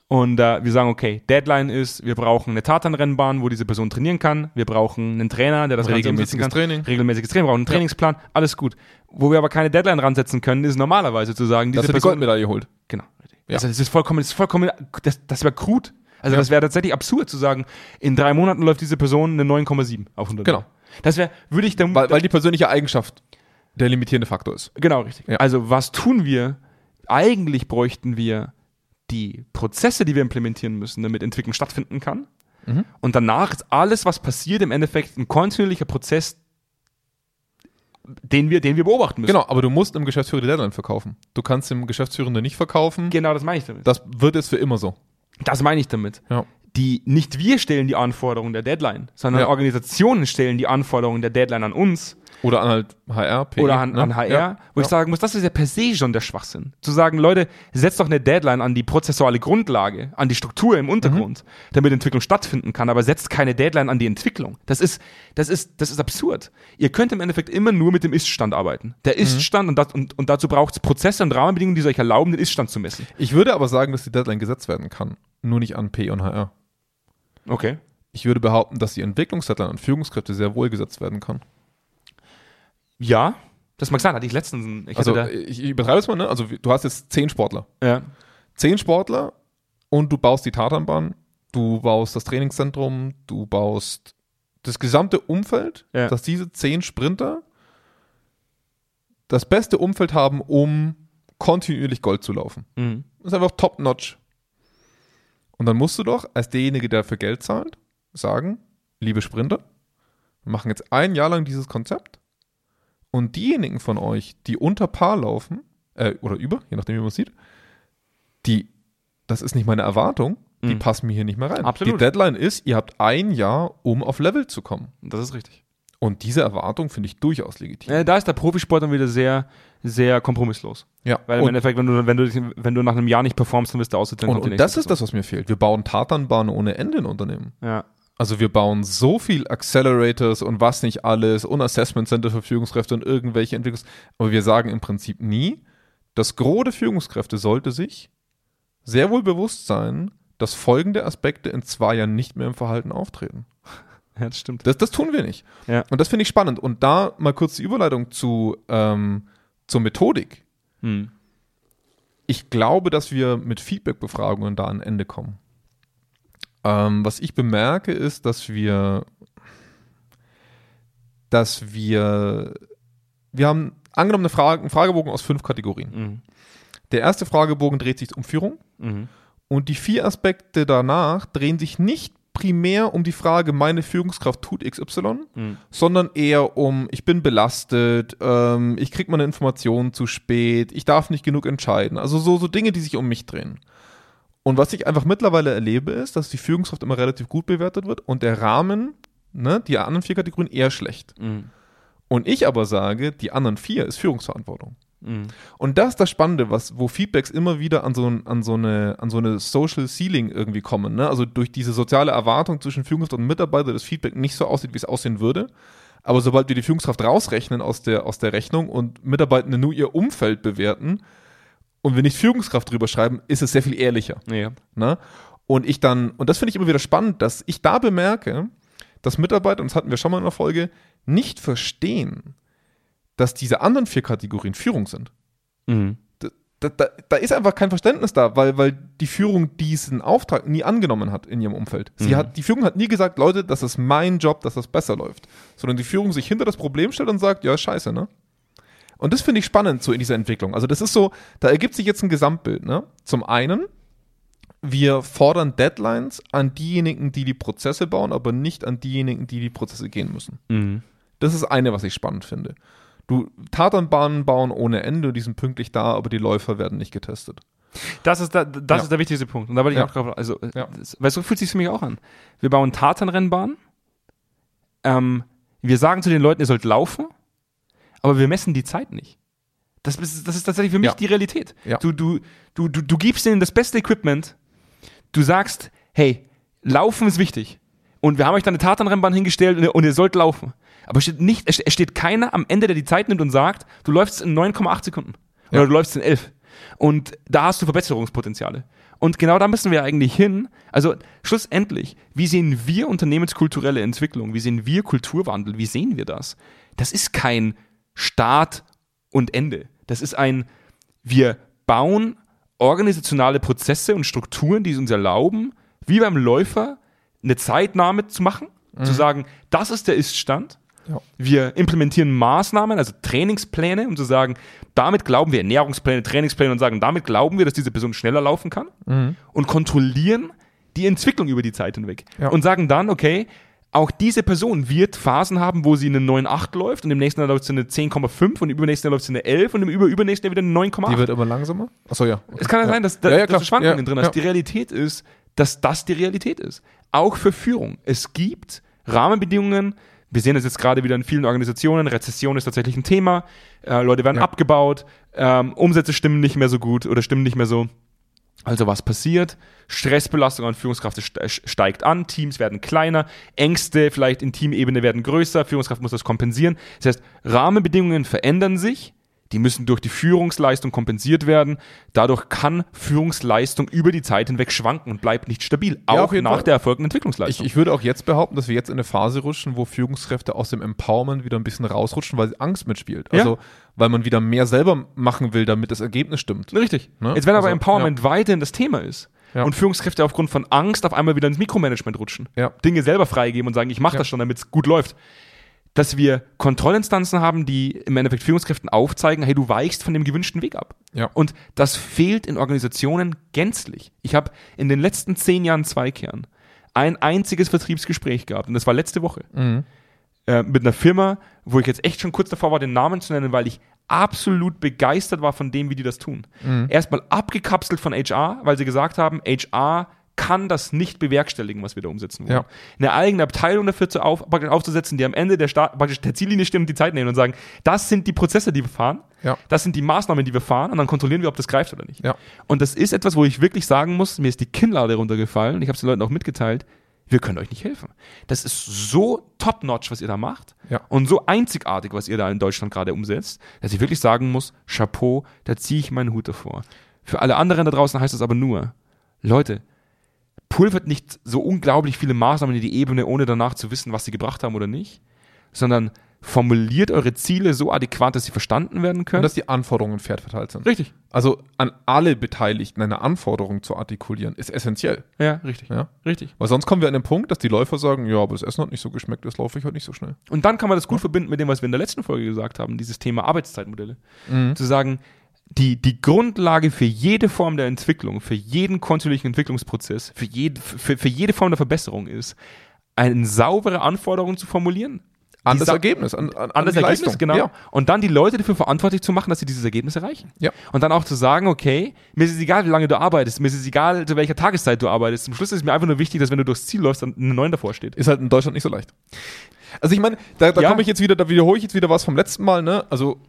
S1: und äh, wir sagen, okay, Deadline ist, wir brauchen eine Tatanrennbahn, wo diese Person trainieren kann, wir brauchen einen Trainer, der das Ganze umsetzen
S2: Regelmäßiges
S1: kann.
S2: Training.
S1: Regelmäßiges Training, wir brauchen einen Trainingsplan, alles gut. Wo wir aber keine Deadline ransetzen können, ist normalerweise zu sagen, diese
S2: Dass er die
S1: Person
S2: Goldmedaille holt.
S1: Genau. richtig.
S2: Ja.
S1: Also das ist vollkommen, das ist vollkommen, das, das wäre krut. Also das wäre tatsächlich absurd zu sagen, in drei Monaten läuft diese Person eine 9,7 auf 100.
S2: Genau.
S1: Das wäre, würde ich dann,
S2: Weil, weil die persönliche Eigenschaft der limitierende Faktor ist.
S1: Genau, richtig.
S2: Ja.
S1: Also, was tun wir? Eigentlich bräuchten wir die Prozesse, die wir implementieren müssen, damit Entwicklung stattfinden kann.
S2: Mhm.
S1: Und danach ist alles, was passiert, im Endeffekt ein kontinuierlicher Prozess, den wir, den wir beobachten müssen.
S2: Genau, aber du musst dem Geschäftsführer die Deadline verkaufen. Du kannst dem Geschäftsführenden nicht verkaufen.
S1: Genau, das meine ich damit.
S2: Das wird jetzt für immer so.
S1: Das meine ich damit.
S2: Ja.
S1: Die, nicht wir stellen die Anforderungen der Deadline, sondern
S2: Ja.
S1: Organisationen stellen die Anforderungen der Deadline an uns
S2: Oder an halt HR, PE,
S1: oder an,
S2: ne?
S1: an HR,
S2: Ja.
S1: wo
S2: ja.
S1: ich sagen muss, das ist ja per se schon der Schwachsinn. Zu sagen, Leute, setzt doch eine Deadline an die prozessuale Grundlage, an die Struktur im Untergrund, damit Entwicklung stattfinden kann, aber setzt keine Deadline an die Entwicklung. Das ist, das ist, das ist absurd. Ihr könnt im Endeffekt immer nur mit dem Ist-Stand arbeiten. Der Ist-Stand und, das, und, und dazu braucht es Prozesse und Rahmenbedingungen, die es euch erlauben, den Ist-Stand zu messen.
S2: Ich würde aber sagen, dass die Deadline gesetzt werden kann. Nur nicht an P und HR.
S1: Okay.
S2: Ich würde behaupten, dass die Entwicklungsdeadline an Führungskräfte sehr wohl gesetzt werden kann.
S1: Ja, das mag sein, hatte ich letztens. einen- Ich
S2: Also
S1: hatte
S2: ich, ich übertreibe es mal, ne? Also du hast jetzt zehn Sportler.
S1: da, ja.
S2: Zehn Sportler und du baust die Tatanbahn, du baust das Trainingszentrum, du baust das gesamte Umfeld,
S1: Ja.
S2: dass diese zehn Sprinter das beste Umfeld haben, um kontinuierlich Gold zu laufen.
S1: Mhm.
S2: Das ist einfach top-notch. Und dann musst du doch als derjenige, der dafür Geld zahlt, sagen, liebe Sprinter, wir machen jetzt ein Jahr lang dieses Konzept und diejenigen von euch, die unter Paar laufen, äh, oder über, je nachdem, wie man es sieht, die, das ist nicht meine Erwartung, die
S1: Mhm.
S2: passen mir hier nicht mehr rein.
S1: Absolut.
S2: Die Deadline ist, ihr habt ein Jahr, um auf Level zu kommen.
S1: Das ist richtig.
S2: Und diese Erwartung finde ich durchaus legitim.
S1: Äh, Da ist der Profisport dann wieder sehr, sehr kompromisslos.
S2: Ja,
S1: Weil im
S2: und,
S1: Endeffekt, wenn du, wenn, du, dich- wenn du nach einem Jahr nicht performst, dann wirst du ausgetrennt.
S2: und,
S1: auf die
S2: und
S1: nächste
S2: das ist das, was mir fehlt. Wir bauen Tatanbahnen ohne Ende in Unternehmen.
S1: Person. Ja.
S2: Also wir bauen so viel Accelerators und was nicht alles und Assessment Center für Führungskräfte und irgendwelche Entwicklungs... Aber wir sagen im Prinzip nie, das Gros der Führungskräfte sollte sich sehr wohl bewusst sein, dass folgende Aspekte in zwei Jahren nicht mehr im Verhalten auftreten.
S1: ja, [LAUGHS] das stimmt.
S2: Das, das tun wir nicht.
S1: Ja.
S2: Und das finde ich spannend. Und da mal kurz die Überleitung zu, ähm, zur Methodik.
S1: Hm.
S2: Ich glaube, dass wir mit Feedback-Befragungen da an Ende kommen. Ähm, was ich bemerke, ist, dass wir, dass wir, wir haben angenommen eine Frage, einen Fragebogen aus fünf Kategorien.
S1: Mhm.
S2: Der erste Fragebogen dreht sich um Führung
S1: Mhm.
S2: und die vier Aspekte danach drehen sich nicht primär um die Frage, meine Führungskraft tut XY,
S1: Mhm.
S2: sondern eher um, ich bin belastet, ähm, ich kriege meine Informationen zu spät, ich darf nicht genug entscheiden. Also so, so Dinge, die sich um mich drehen. Und was ich einfach mittlerweile erlebe, ist, dass die Führungskraft immer relativ gut bewertet wird und der Rahmen ne, die anderen vier Kategorien eher schlecht.
S1: Mhm.
S2: Und ich aber sage, die anderen vier ist Führungsverantwortung.
S1: Mhm.
S2: Und das ist das Spannende, was, wo Feedbacks immer wieder an so, ein- an, so eine, an so eine Social Ceiling irgendwie kommen. Ne? Also durch diese soziale Erwartung zwischen Führungskraft und Mitarbeiter, dass Feedback nicht so aussieht, wie es aussehen würde. Aber sobald wir die Führungskraft rausrechnen aus der, aus der Rechnung und Mitarbeitende nur ihr Umfeld bewerten und wir nicht Führungskraft drüber schreiben, ist es sehr viel ehrlicher.
S1: Ja.
S2: Ne? Und ich dann, und das finde ich immer wieder spannend, dass ich da bemerke, dass Mitarbeiter, und das hatten wir schon mal in der Folge, nicht verstehen, dass diese anderen vier Kategorien Führung sind.
S1: Mhm.
S2: Da, da- da, da ist einfach kein Verständnis da, weil, weil die Führung diesen Auftrag nie angenommen hat in ihrem Umfeld. Sie
S1: Mhm.
S2: hat, die Führung hat nie gesagt, Leute, das ist mein Job, dass das besser läuft. Sondern die Führung sich hinter das Problem stellt und sagt, ja, scheiße, ne? Und das finde ich spannend so in dieser Entwicklung. Also das ist so, da ergibt sich jetzt ein Gesamtbild. Ne? Zum einen, wir fordern Deadlines an diejenigen, die die Prozesse bauen, aber nicht an diejenigen, die die Prozesse gehen müssen.
S1: Mhm.
S2: Das ist eine, was ich spannend finde. Du Tatanbahnen bauen ohne Ende, die sind pünktlich da, aber die Läufer werden nicht getestet.
S1: Das, ist, da, das
S2: Ja.
S1: ist der wichtigste Punkt. Und da wollte ich
S2: Ja.
S1: auch drauf. Also, äh,
S2: Ja.
S1: das, weil so fühlt sich für mich auch an. Wir bauen Tatanrennbahnen. Ähm, wir sagen zu den Leuten, ihr sollt laufen, aber wir messen die Zeit nicht. Das ist, das ist tatsächlich für mich
S2: Ja.
S1: die Realität.
S2: Ja.
S1: Du, du, du, du, du gibst denen das beste Equipment. Du sagst, hey, laufen ist wichtig. Und wir haben euch dann eine Tatanrennbahn hingestellt und ihr, und ihr sollt laufen. Aber es steht, nicht, es es steht keiner am Ende, der die Zeit nimmt und sagt, du läufst in 9,8 Sekunden. Oder
S2: Ja.
S1: du läufst in 11. Und da hast du Verbesserungspotenziale. Und genau da müssen wir eigentlich hin. Also schlussendlich, wie sehen wir unternehmenskulturelle Entwicklung? Wie sehen wir Kulturwandel? Wie sehen wir das? Das ist kein Start und Ende. Das ist ein, wir bauen organisationale Prozesse und Strukturen, die es uns erlauben, wie beim Läufer eine Zeitnahme zu machen, zu sagen, das ist der Iststand.
S2: Mhm. Ja.
S1: Wir implementieren Maßnahmen, also Trainingspläne, um zu sagen, damit glauben wir Ernährungspläne, Trainingspläne und sagen, damit glauben wir, dass diese Person schneller laufen kann
S2: Mhm.
S1: und kontrollieren die Entwicklung über die Zeit hinweg
S2: Ja.
S1: und sagen dann, okay, auch diese Person wird Phasen haben, wo sie eine 9,8 läuft und im nächsten Jahr läuft sie eine 10,5 und im übernächsten Jahr läuft sie eine 11 und im überübernächsten Jahr wieder eine 9,8.
S2: Die wird immer langsamer? Achso, ja.
S1: Es kann ja,
S2: ja
S1: sein, dass, da-
S2: Ja, ja,
S1: dass
S2: klar.
S1: du Schwankungen
S2: Ja,
S1: drin hast.
S2: ja.
S1: Die Realität ist, dass das die Realität ist. Auch für Führung. Es gibt Rahmenbedingungen. Wir sehen das jetzt gerade wieder in vielen Organisationen. Rezession ist tatsächlich ein Thema. Äh, Leute werden
S2: Ja.
S1: abgebaut. Ähm, Umsätze stimmen nicht mehr so gut oder stimmen nicht mehr so. Also was passiert? Stressbelastung an Führungskraft ist- steigt an, Teams werden kleiner, Ängste vielleicht in Teamebene werden größer, Führungskraft muss das kompensieren. Das heißt, Rahmenbedingungen verändern sich, die müssen durch die Führungsleistung kompensiert werden. Dadurch kann Führungsleistung über die Zeit hinweg schwanken und bleibt nicht stabil, auch
S2: auf jeden
S1: nach
S2: Fall.
S1: der erfolgten
S2: Ich,
S1: Entwicklungsleistung.
S2: ich würde auch jetzt behaupten, dass wir jetzt in eine Phase rutschen, wo Führungskräfte aus dem Empowerment wieder ein bisschen rausrutschen, weil Angst mitspielt.
S1: Ja.
S2: Also, weil man wieder mehr selber machen will, damit das Ergebnis stimmt.
S1: Richtig.
S2: Ne?
S1: Jetzt wenn aber
S2: Also,
S1: Empowerment weiterhin das Thema ist
S2: Ja.
S1: und Führungskräfte aufgrund von Angst auf einmal wieder ins Mikromanagement rutschen,
S2: Ja.
S1: Dinge selber freigeben und sagen, ich mache das schon, damit es gut läuft, dass wir Kontrollinstanzen haben, die im Endeffekt Führungskräften aufzeigen, hey, du weichst von dem gewünschten Weg ab.
S2: Ja.
S1: Und das fehlt in Organisationen gänzlich. Ich habe in den letzten zehn Jahren Zweikern ein einziges Vertriebsgespräch gehabt und das war letzte Woche äh, mit einer Firma, wo ich jetzt echt schon kurz davor war, den Namen zu nennen, weil ich absolut begeistert war von dem, wie die das tun.
S2: Mhm.
S1: Erstmal abgekapselt von HR, weil sie gesagt haben, HR kann das nicht bewerkstelligen, was wir da umsetzen wollen.
S2: Ja.
S1: Eine eigene Abteilung dafür zu auf, praktisch aufzusetzen, die am Ende der, Sta- praktisch der Ziellinie stimmen, die Zeit nehmen und sagen, das sind die Prozesse, die wir fahren,
S2: Ja.
S1: das sind die Maßnahmen, die wir fahren und dann kontrollieren wir, ob das greift oder nicht.
S2: Ja.
S1: Und das ist etwas, wo ich wirklich sagen muss, mir ist die Kinnlade runtergefallen und ich habe es den Leuten auch mitgeteilt, wir können euch nicht helfen. Das ist so top-notch, was ihr da macht
S2: Ja.
S1: und so einzigartig, was ihr da in Deutschland gerade umsetzt, dass ich wirklich sagen muss, Chapeau, da ziehe ich meinen Hut davor. Für alle anderen da draußen heißt das aber nur, Leute, pulvert nicht so unglaublich viele Maßnahmen in die Ebene, ohne danach zu wissen, was sie gebracht haben oder nicht, sondern formuliert eure Ziele so adäquat, dass sie verstanden werden
S2: Und
S1: können.
S2: dass die Anforderungen fair verteilt sind.
S1: richtig.
S2: Also an alle Beteiligten eine Anforderung zu artikulieren, ist essentiell.
S1: Ja, richtig.
S2: Ja?
S1: Richtig.
S2: Weil sonst kommen wir an den Punkt, dass die Läufer sagen, ja, aber das Essen hat nicht so geschmeckt, das laufe ich heute nicht so schnell.
S1: Und dann kann man das gut verbinden mit dem, was wir in der letzten Folge gesagt haben, dieses Thema Arbeitszeitmodelle.
S2: Mhm.
S1: Zu sagen, die, die Grundlage für jede Form der Entwicklung, für jeden kontinuierlichen Entwicklungsprozess, für, jed, für, für jede Form der Verbesserung ist, eine saubere Anforderung zu formulieren
S2: An das
S1: Sa-
S2: Ergebnis, an, an,
S1: an das
S2: die
S1: Ergebnis,
S2: Leistung.
S1: genau.
S2: Ja.
S1: Und dann die Leute dafür verantwortlich zu machen, dass sie dieses Ergebnis erreichen.
S2: Ja.
S1: Und dann auch zu sagen, okay, mir ist es egal, wie lange du arbeitest, mir ist es egal, zu welcher Tageszeit du arbeitest. Zum Schluss ist mir einfach nur wichtig, dass wenn du durchs Ziel läufst, dann eine 9 davor steht.
S2: Ist halt in Deutschland nicht so leicht. Also ich meine, da, da
S1: Ja.
S2: komme ich jetzt wieder, da wiederhole ich jetzt wieder was vom letzten Mal, ne? Also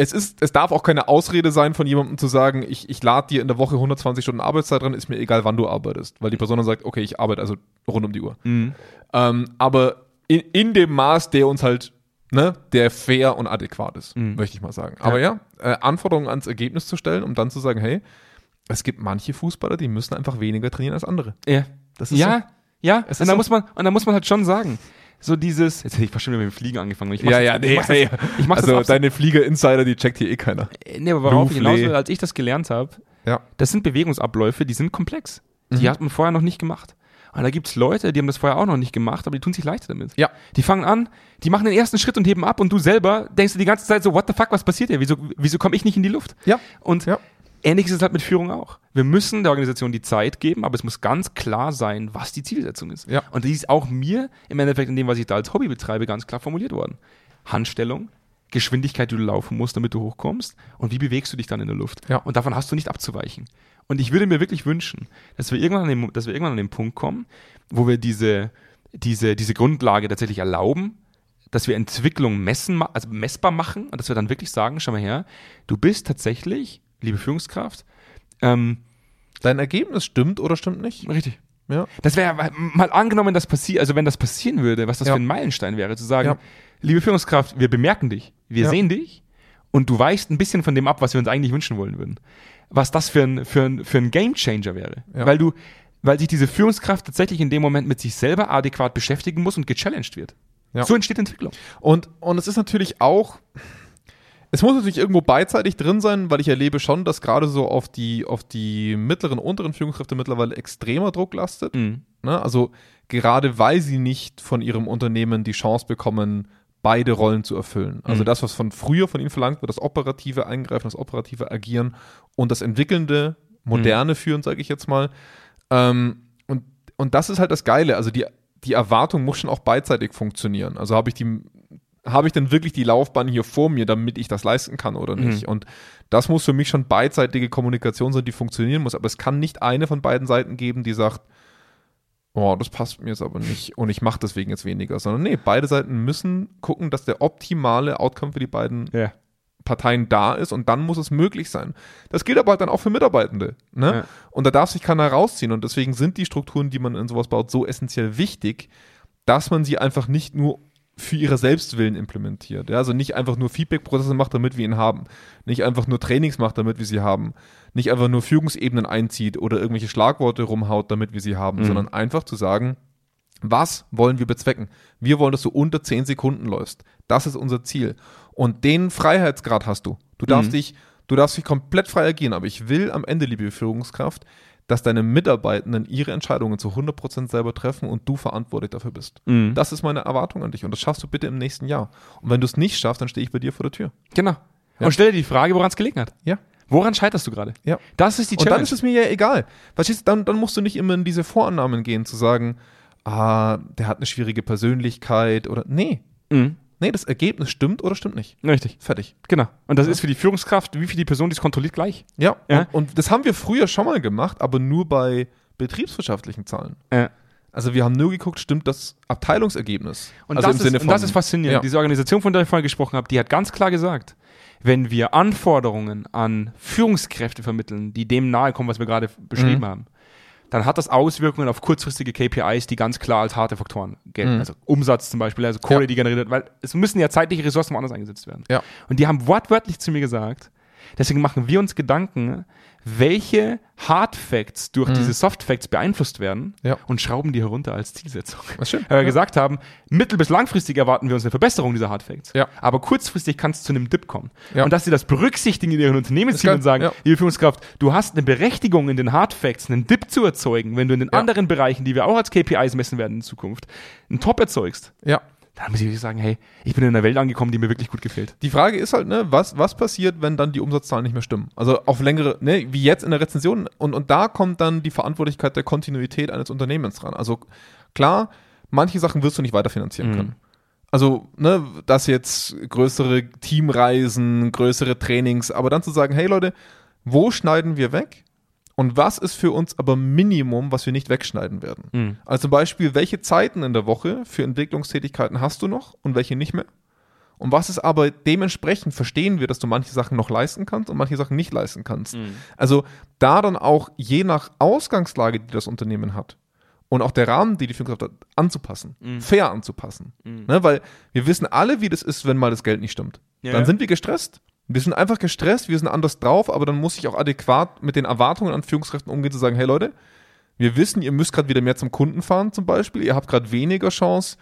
S2: es ist, es darf auch keine Ausrede sein, von jemandem zu sagen, ich, ich lade dir in der Woche 120 Stunden Arbeitszeit dran, ist mir egal, wann du arbeitest. Weil die Person dann sagt, okay, ich arbeite also rund um die Uhr. Ähm, aber in, in dem Maß, der uns halt, ne, der fair und adäquat ist, möchte ich mal sagen. Aber ja, äh, Anforderungen ans Ergebnis zu stellen, um dann zu sagen, hey, es gibt manche Fußballer, die müssen einfach weniger trainieren als andere.
S1: Ja.
S2: Das ist
S1: ja, ja.
S2: Es
S1: und
S2: ist
S1: da
S2: so.
S1: muss man, und da muss man halt schon sagen, so dieses, jetzt hätte ich bestimmt mit dem Fliegen angefangen. Ich mach's
S2: Ja,
S1: jetzt- ich
S2: ja, nee,
S1: mach's
S2: nee.
S1: Ich mach's
S2: also
S1: jetzt abs-
S2: deine Flieger-Insider, die checkt hier eh keiner.
S1: Nee, aber worauf ich hinaus will,
S2: Louvre.
S1: als ich das gelernt habe,
S2: Ja.
S1: das sind Bewegungsabläufe, die sind komplex. Die
S2: Mhm.
S1: hat man vorher noch nicht gemacht. Und da gibt's Leute, die haben das vorher auch noch nicht gemacht, aber die tun sich leichter damit.
S2: Ja.
S1: Die fangen an, die machen den ersten Schritt und heben ab und du selber denkst dir die ganze Zeit so, what the fuck, was passiert hier? Wieso, wieso komme ich nicht in die Luft?
S2: Ja.
S1: Und
S2: Ja.
S1: ähnlich ist es halt mit Führung auch. Wir müssen der Organisation die Zeit geben, aber es muss ganz klar sein, was die Zielsetzung ist.
S2: Ja.
S1: Und die ist auch mir im Endeffekt in dem, was ich da als Hobby betreibe, ganz klar formuliert worden. Handstellung, Geschwindigkeit, die du laufen musst, damit du hochkommst und wie bewegst du dich dann in der Luft.
S2: Ja.
S1: Und davon hast du nicht abzuweichen. Und ich würde mir wirklich wünschen, dass wir irgendwann an den, dass wir irgendwann an den Punkt kommen, wo wir diese, diese, diese Grundlage tatsächlich erlauben, dass wir Entwicklung messen, ma- also messbar machen und dass wir dann wirklich sagen, schau mal her, du bist tatsächlich, liebe Führungskraft, ähm,
S2: Dein Ergebnis stimmt oder stimmt nicht?
S1: richtig.
S2: Ja.
S1: Das wäre ja mal angenommen, das passiert, also wenn das passieren würde, was das
S2: Ja.
S1: für ein Meilenstein wäre, zu sagen,
S2: Ja.
S1: liebe Führungskraft, wir bemerken dich, wir
S2: Ja.
S1: sehen dich und du weichst ein bisschen von dem ab, was wir uns eigentlich wünschen wollen würden. Was das für ein, für ein, für ein Game Changer wäre.
S2: Ja.
S1: Weil du, weil sich diese Führungskraft tatsächlich in dem Moment mit sich selber adäquat beschäftigen muss und gechallenged wird.
S2: Ja.
S1: So entsteht Entwicklung.
S2: Und, und es ist natürlich auch, es muss natürlich irgendwo beidseitig drin sein, weil ich erlebe schon, dass gerade so auf die, auf die mittleren, unteren Führungskräfte mittlerweile extremer Druck lastet. Ne? Also gerade weil sie nicht von ihrem Unternehmen die Chance bekommen, beide Rollen zu erfüllen. Also
S1: Mhm.
S2: das, was von früher von ihnen verlangt wird, das operative Eingreifen, das operative Agieren und das entwickelnde, moderne Führen, sage ich jetzt mal. Ähm, und, und das ist halt das Geile. Also die, die Erwartung muss schon auch beidseitig funktionieren. Also habe ich die habe ich denn wirklich die Laufbahn hier vor mir, damit ich das leisten kann oder nicht? Und das muss für mich schon beidseitige Kommunikation sein, die funktionieren muss. Aber es kann nicht eine von beiden Seiten geben, die sagt, oh, das passt mir jetzt aber nicht und ich mache deswegen jetzt weniger, sondern nee, beide Seiten müssen gucken, dass der optimale Outcome für die beiden
S1: Ja.
S2: Parteien da ist und dann muss es möglich sein. Das gilt aber halt dann auch für Mitarbeitende. Ne?
S1: Ja.
S2: Und da darf sich keiner rausziehen und deswegen sind die Strukturen, die man in sowas baut, so essentiell wichtig, dass man sie einfach nicht nur für ihre Selbstwillen implementiert. Ja? Also nicht einfach nur Feedback-Prozesse macht, damit wir ihn haben. Nicht einfach nur Trainings macht, damit wir sie haben. Nicht einfach nur Führungsebenen einzieht oder irgendwelche Schlagworte rumhaut, damit wir sie
S1: Mhm.
S2: haben, sondern einfach zu sagen, was wollen wir bezwecken? Wir wollen, dass du unter 10 Sekunden läufst. Das ist unser Ziel. Und den Freiheitsgrad hast du. Du
S1: Mhm.
S2: darfst dich, du darfst dich komplett frei agieren. Aber ich will am Ende, liebe Führungskraft, dass deine Mitarbeitenden ihre Entscheidungen zu 100% selber treffen und du verantwortlich dafür bist.
S1: Mhm.
S2: Das ist meine Erwartung an dich. Und das schaffst du bitte im nächsten Jahr. Und wenn du es nicht schaffst, dann stehe ich bei dir vor der Tür.
S1: Genau. Und stell dir die Frage, woran es gelegen hat.
S2: Ja.
S1: Woran scheiterst du gerade?
S2: Ja.
S1: Das ist die
S2: Und dann
S1: Challenge.
S2: ist es mir ja egal. Verstehst du, dann, dann musst du nicht immer in diese Vorannahmen gehen, zu sagen, ah, der hat eine schwierige Persönlichkeit oder. Nee.
S1: Mhm.
S2: Nee, das Ergebnis stimmt oder stimmt nicht.
S1: Richtig.
S2: Fertig.
S1: Genau. Und das ist für die Führungskraft, wie für die Person, die es kontrolliert, gleich.
S2: Ja.
S1: Ja.
S2: Und, und das haben wir früher schon mal gemacht, aber nur bei betriebswirtschaftlichen Zahlen.
S1: Ja.
S2: Also wir haben nur geguckt, stimmt das Abteilungsergebnis?
S1: Und,
S2: also
S1: das ist, und das ist faszinierend.
S2: Ja.
S1: Diese Organisation, von der ich vorhin gesprochen habe, die hat ganz klar gesagt, wenn wir Anforderungen an Führungskräfte vermitteln, die dem nahe kommen, was wir gerade beschrieben haben, dann hat das Auswirkungen auf kurzfristige KPIs, die ganz klar als harte Faktoren gelten. Also Umsatz zum Beispiel, also Kohle,
S2: Ja.
S1: die generiert wird, weil es müssen ja zeitliche Ressourcen woanders eingesetzt werden.
S2: Ja.
S1: Und die haben wortwörtlich zu mir gesagt, deswegen machen wir uns Gedanken, welche Hard Facts durch diese Soft Facts beeinflusst werden
S2: Mhm. Ja.
S1: und schrauben die herunter als Zielsetzung.
S2: Das stimmt.
S1: Weil wir gesagt haben, mittel- bis langfristig erwarten wir uns eine Verbesserung dieser Hard Facts.
S2: Ja.
S1: Aber kurzfristig kann es zu einem Dip kommen.
S2: Ja.
S1: Und dass sie das berücksichtigen in ihren Unternehmenszielen
S2: geil,
S1: und sagen,
S2: ja.
S1: liebe Führungskraft, du hast eine Berechtigung in den Hard Facts, einen Dip zu erzeugen, wenn du in den anderen Bereichen, die wir auch als KPIs messen werden in Zukunft, einen Top erzeugst.
S2: ja.
S1: Dann muss ich wirklich sagen, hey, ich bin in einer Welt angekommen, die mir wirklich gut gefällt.
S2: Die Frage ist halt, ne, was, was passiert, wenn dann die Umsatzzahlen nicht mehr stimmen? Also auf längere, ne, wie jetzt in der Rezension. Und, und da kommt dann die Verantwortlichkeit der Kontinuität eines Unternehmens ran. Also klar, manche Sachen wirst du nicht weiterfinanzieren können. also, ne, das jetzt größere Teamreisen, größere Trainings, aber dann zu sagen, hey Leute, wo schneiden wir weg? Und was ist für uns aber Minimum, was wir nicht wegschneiden werden?
S1: Mhm.
S2: Also zum Beispiel, welche Zeiten in der Woche für Entwicklungstätigkeiten hast du noch und welche nicht mehr? Und was ist aber dementsprechend, verstehen wir, dass du manche Sachen noch leisten kannst und manche Sachen nicht leisten kannst.
S1: Mhm.
S2: Also da dann auch je nach Ausgangslage, die das Unternehmen hat und auch der Rahmen, die die Firma hat, anzupassen,
S1: Mhm.
S2: fair anzupassen. Ne, weil wir wissen alle, wie das ist, wenn mal das Geld nicht stimmt.
S1: Ja,
S2: dann
S1: ja.
S2: sind wir gestresst. Wir sind einfach gestresst, wir sind anders drauf, aber dann muss ich auch adäquat mit den Erwartungen an Führungskräften umgehen, zu sagen, hey Leute, wir wissen, ihr müsst gerade wieder mehr zum Kunden fahren zum Beispiel, ihr habt gerade weniger Chance,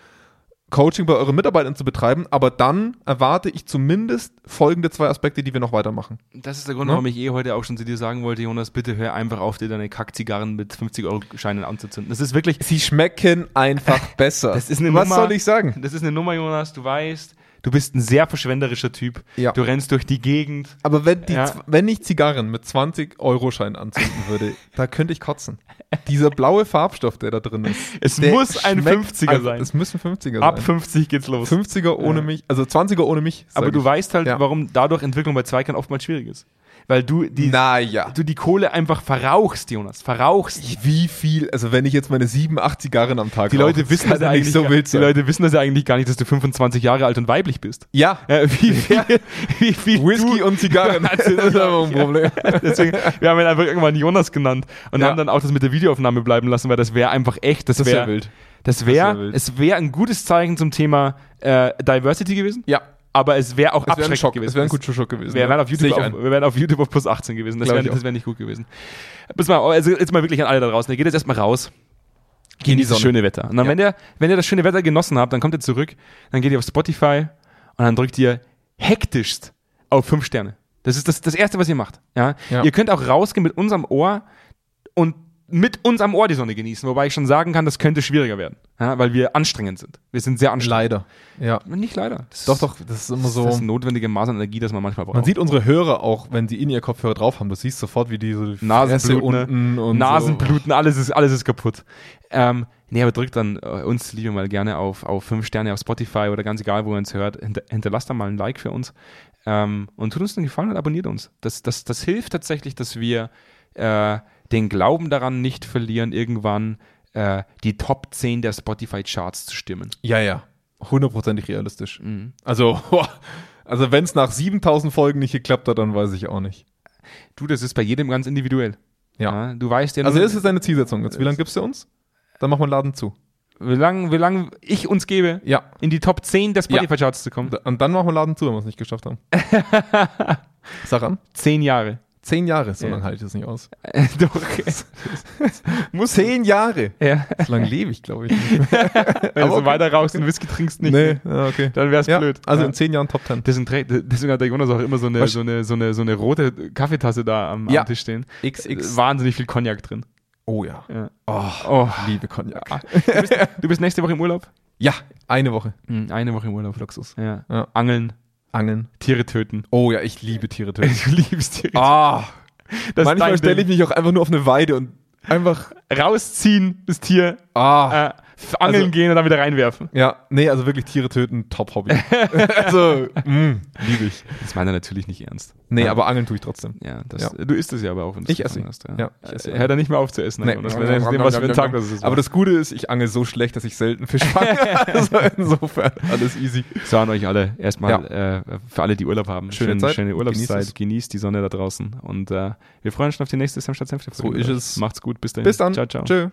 S2: Coaching bei euren Mitarbeitern zu betreiben, aber dann erwarte ich zumindest folgende zwei Aspekte, die wir noch weitermachen.
S1: Das ist der Grund,
S2: Ne?
S1: warum ich eh heute auch schon zu dir sagen wollte, Jonas, bitte hör einfach auf, dir deine Kackzigarren mit 50-Euro-Scheinen anzuzünden. Das ist wirklich,
S2: Sie schmecken [LAUGHS] einfach besser.
S1: Das ist eine
S2: Was
S1: Nummer-
S2: soll ich sagen?
S1: das ist eine Nummer, Jonas, du weißt, du bist ein sehr verschwenderischer Typ.
S2: Ja.
S1: Du rennst durch die Gegend.
S2: Aber wenn, die,
S1: Ja.
S2: Z- wenn ich Zigarren mit 20 Euro Schein anzünden würde, [LAUGHS] da könnte ich kotzen. Dieser blaue Farbstoff, der da drin ist.
S1: Es
S2: der
S1: muss ein
S2: schmeckt
S1: 50er
S2: einfach-
S1: sein.
S2: Es müssen 50er
S1: Ab
S2: sein.
S1: 50 geht's los.
S2: 50er ohne mich, also 20er ohne mich. sag
S1: Aber du
S2: ich.
S1: weißt halt,
S2: Ja.
S1: warum dadurch Entwicklung bei Zweikern oftmals schwierig ist. Weil du die,
S2: Naja.
S1: du die Kohle einfach verrauchst, Jonas. Verrauchst.
S2: Wie viel, also wenn ich jetzt meine 7, 8 Zigarren am Tag
S1: Die Leute wissen das
S2: das
S1: ja
S2: nicht
S1: eigentlich
S2: so
S1: gar-
S2: wild
S1: Die
S2: sein.
S1: Leute wissen das ja eigentlich gar nicht, dass du 25 Jahre alt und weiblich bist.
S2: ja,
S1: Äh, [LAUGHS] wie viel, wie viel
S2: Whisky und [LAUGHS] Zigarren.
S1: Das ist
S2: einfach ein Problem.
S1: [LAUGHS] Deswegen, wir haben ihn einfach irgendwann Jonas genannt und
S2: Ja.
S1: haben dann auch das mit der Videoaufnahme bleiben lassen, weil das wäre einfach echt, das,
S2: Das ist ja
S1: wäre,
S2: wild.
S1: das
S2: wär
S1: wäre,
S2: wild.
S1: es wäre ein gutes Zeichen zum Thema äh, Diversity gewesen,
S2: Ja,
S1: aber es wäre auch
S2: es wäre ein
S1: abschreckend
S2: Schock,
S1: gewesen.
S2: es wäre ein guter Schock gewesen.
S1: Wir wären, auf
S2: Sehe
S1: YouTube
S2: ich
S1: auf,
S2: ein.
S1: wir wären auf YouTube auf plus 18 gewesen. Das
S2: Glaub
S1: wäre
S2: ich auch.
S1: das wär nicht gut gewesen. Pass mal, also jetzt mal wirklich an alle da draußen. Ihr geht jetzt erstmal raus. Genießt
S2: Sonne.
S1: das schöne Wetter. Und dann, wenn, ihr, wenn ihr das schöne Wetter genossen habt, dann kommt ihr zurück, dann geht ihr auf Spotify und dann drückt ihr hektischst auf 5 Sterne. Das ist das, das Erste, was ihr macht. Ja?
S2: Ja.
S1: Ihr könnt auch rausgehen mit unserem Ohr und mit uns am Ohr die Sonne genießen. Wobei ich schon sagen kann, das könnte schwieriger werden, ja? weil wir anstrengend sind. Wir sind sehr anstrengend.
S2: Leider. Ja.
S1: Nicht leider. Das
S2: Doch,
S1: ist-
S2: doch, das ist immer so.
S1: Das ist das notwendige Maß an Energie, das man manchmal braucht.
S2: Man sieht unsere Hörer auch, wenn sie in ihr Kopfhörer drauf haben. Du siehst sofort, wie diese ne?
S1: Nasenbluten,
S2: unten und
S1: Nasenbluten, alles ist, alles ist kaputt. Ähm, nee, aber drückt dann äh, uns, liebe mal, gerne auf, auf 5 Sterne auf Spotify oder ganz egal, wo ihr uns hört. Hinter, hinterlasst da mal ein Like für uns. Ähm, und tut uns einen Gefallen und abonniert uns. Das, das, das hilft tatsächlich, dass wir äh, den Glauben daran nicht verlieren, irgendwann äh, die Top 10 der Spotify-Charts zu stimmen.
S2: So. Ja, ja. Hundertprozentig realistisch. Also, boah, also wenn es nach 7000 Folgen nicht geklappt hat, dann weiß ich auch nicht.
S1: Du, das ist bei jedem ganz individuell.
S2: Ja.
S1: du weißt ja
S2: Also,
S1: nur-
S2: das ist eine Zielsetzung jetzt. Wie lange gibst du uns? Dann machen wir den Laden zu.
S1: wie lange wie lang ich uns gebe,
S2: Ja.
S1: in die Top 10 der Spotify-Charts zu kommen.
S2: Und- Und dann machen wir den Laden zu, wenn wir es nicht geschafft [LAUGHS] haben. Sag an.
S1: Zehn Jahre.
S2: Zehn Jahre, so
S1: Ja.
S2: lange halte ich das nicht aus.
S1: [LAUGHS] Doch.
S2: Muss zehn Jahre.
S1: ja.
S2: So lange lebe ich, glaube ich. Nicht.
S1: Wenn
S2: Aber
S1: du so
S2: okay.
S1: weiter rauchst und Whisky trinkst nicht,
S2: [LAUGHS]
S1: ne,
S2: nee, ja, okay.
S1: dann wär's
S2: ja,
S1: blöd.
S2: Also
S1: ja.
S2: in zehn Jahren Top Ten.
S1: Deswegen, trä- deswegen hat der Jonas auch immer so eine,
S2: Was-
S1: so eine, so eine, so eine rote Kaffeetasse da am,
S2: Ja.
S1: am Tisch stehen.
S2: XX.
S1: Wahnsinnig viel Cognac drin.
S2: Oh ja.
S1: Ja.
S2: Oh,
S1: Oh.
S2: liebe Cognac.
S1: Du bist, du bist nächste Woche im Urlaub?
S2: Ja, eine Woche.
S1: Hm, Eine Woche im Urlaub.
S2: Luxus.
S1: Ja.
S2: Ja.
S1: Angeln,
S2: Angeln.
S1: Tiere töten. [LAUGHS]
S2: Oh ja, ich liebe Tiere
S1: Du
S2: töten.
S1: liebst Tiere.
S2: Ah,
S1: Das ist
S2: manchmal
S1: dein
S2: stelle ich
S1: Ding.
S2: mich auch einfach nur auf eine Weide und einfach.
S1: Rausziehen, das Tier,
S2: Ah.
S1: äh, f- angeln
S2: Also-
S1: gehen und dann wieder reinwerfen.
S2: Ja, nee, also wirklich Tiere töten, [LAUGHS] Top-Hobby. also, mm, liebe ich.
S1: Das meint er natürlich nicht ernst.
S2: Nee, aber angeln tue ich trotzdem.
S1: Ja, das,
S2: Ja.
S1: du isst es ja aber auch, wenn du
S2: Ich
S1: es
S2: esse
S1: hast.
S2: ihn.
S1: Ja.
S2: Ja, ich esse ihn.
S1: Hör da nicht mehr auf zu essen.
S2: Nee.
S1: Herr Jonas, weil das ist was für ein Tag das ist. [LAUGHS]
S2: aber das Gute ist, ich angel so schlecht, dass ich selten Fisch fange. [LAUGHS] also insofern alles easy.
S1: So an euch alle. Erstmal äh, für alle, die Urlaub haben.
S2: Schöne Zeit.
S1: Schöne Urlaubszeit.
S2: Genießt
S1: Genießt,
S2: es.
S1: die Sonne da draußen. Und äh, wir freuen uns schon auf die nächste Sam statt Senf.
S2: So ist es.
S1: Macht's gut. Bis dahin.
S2: Bis dann.
S1: Ciao, ciao.
S2: Tschö.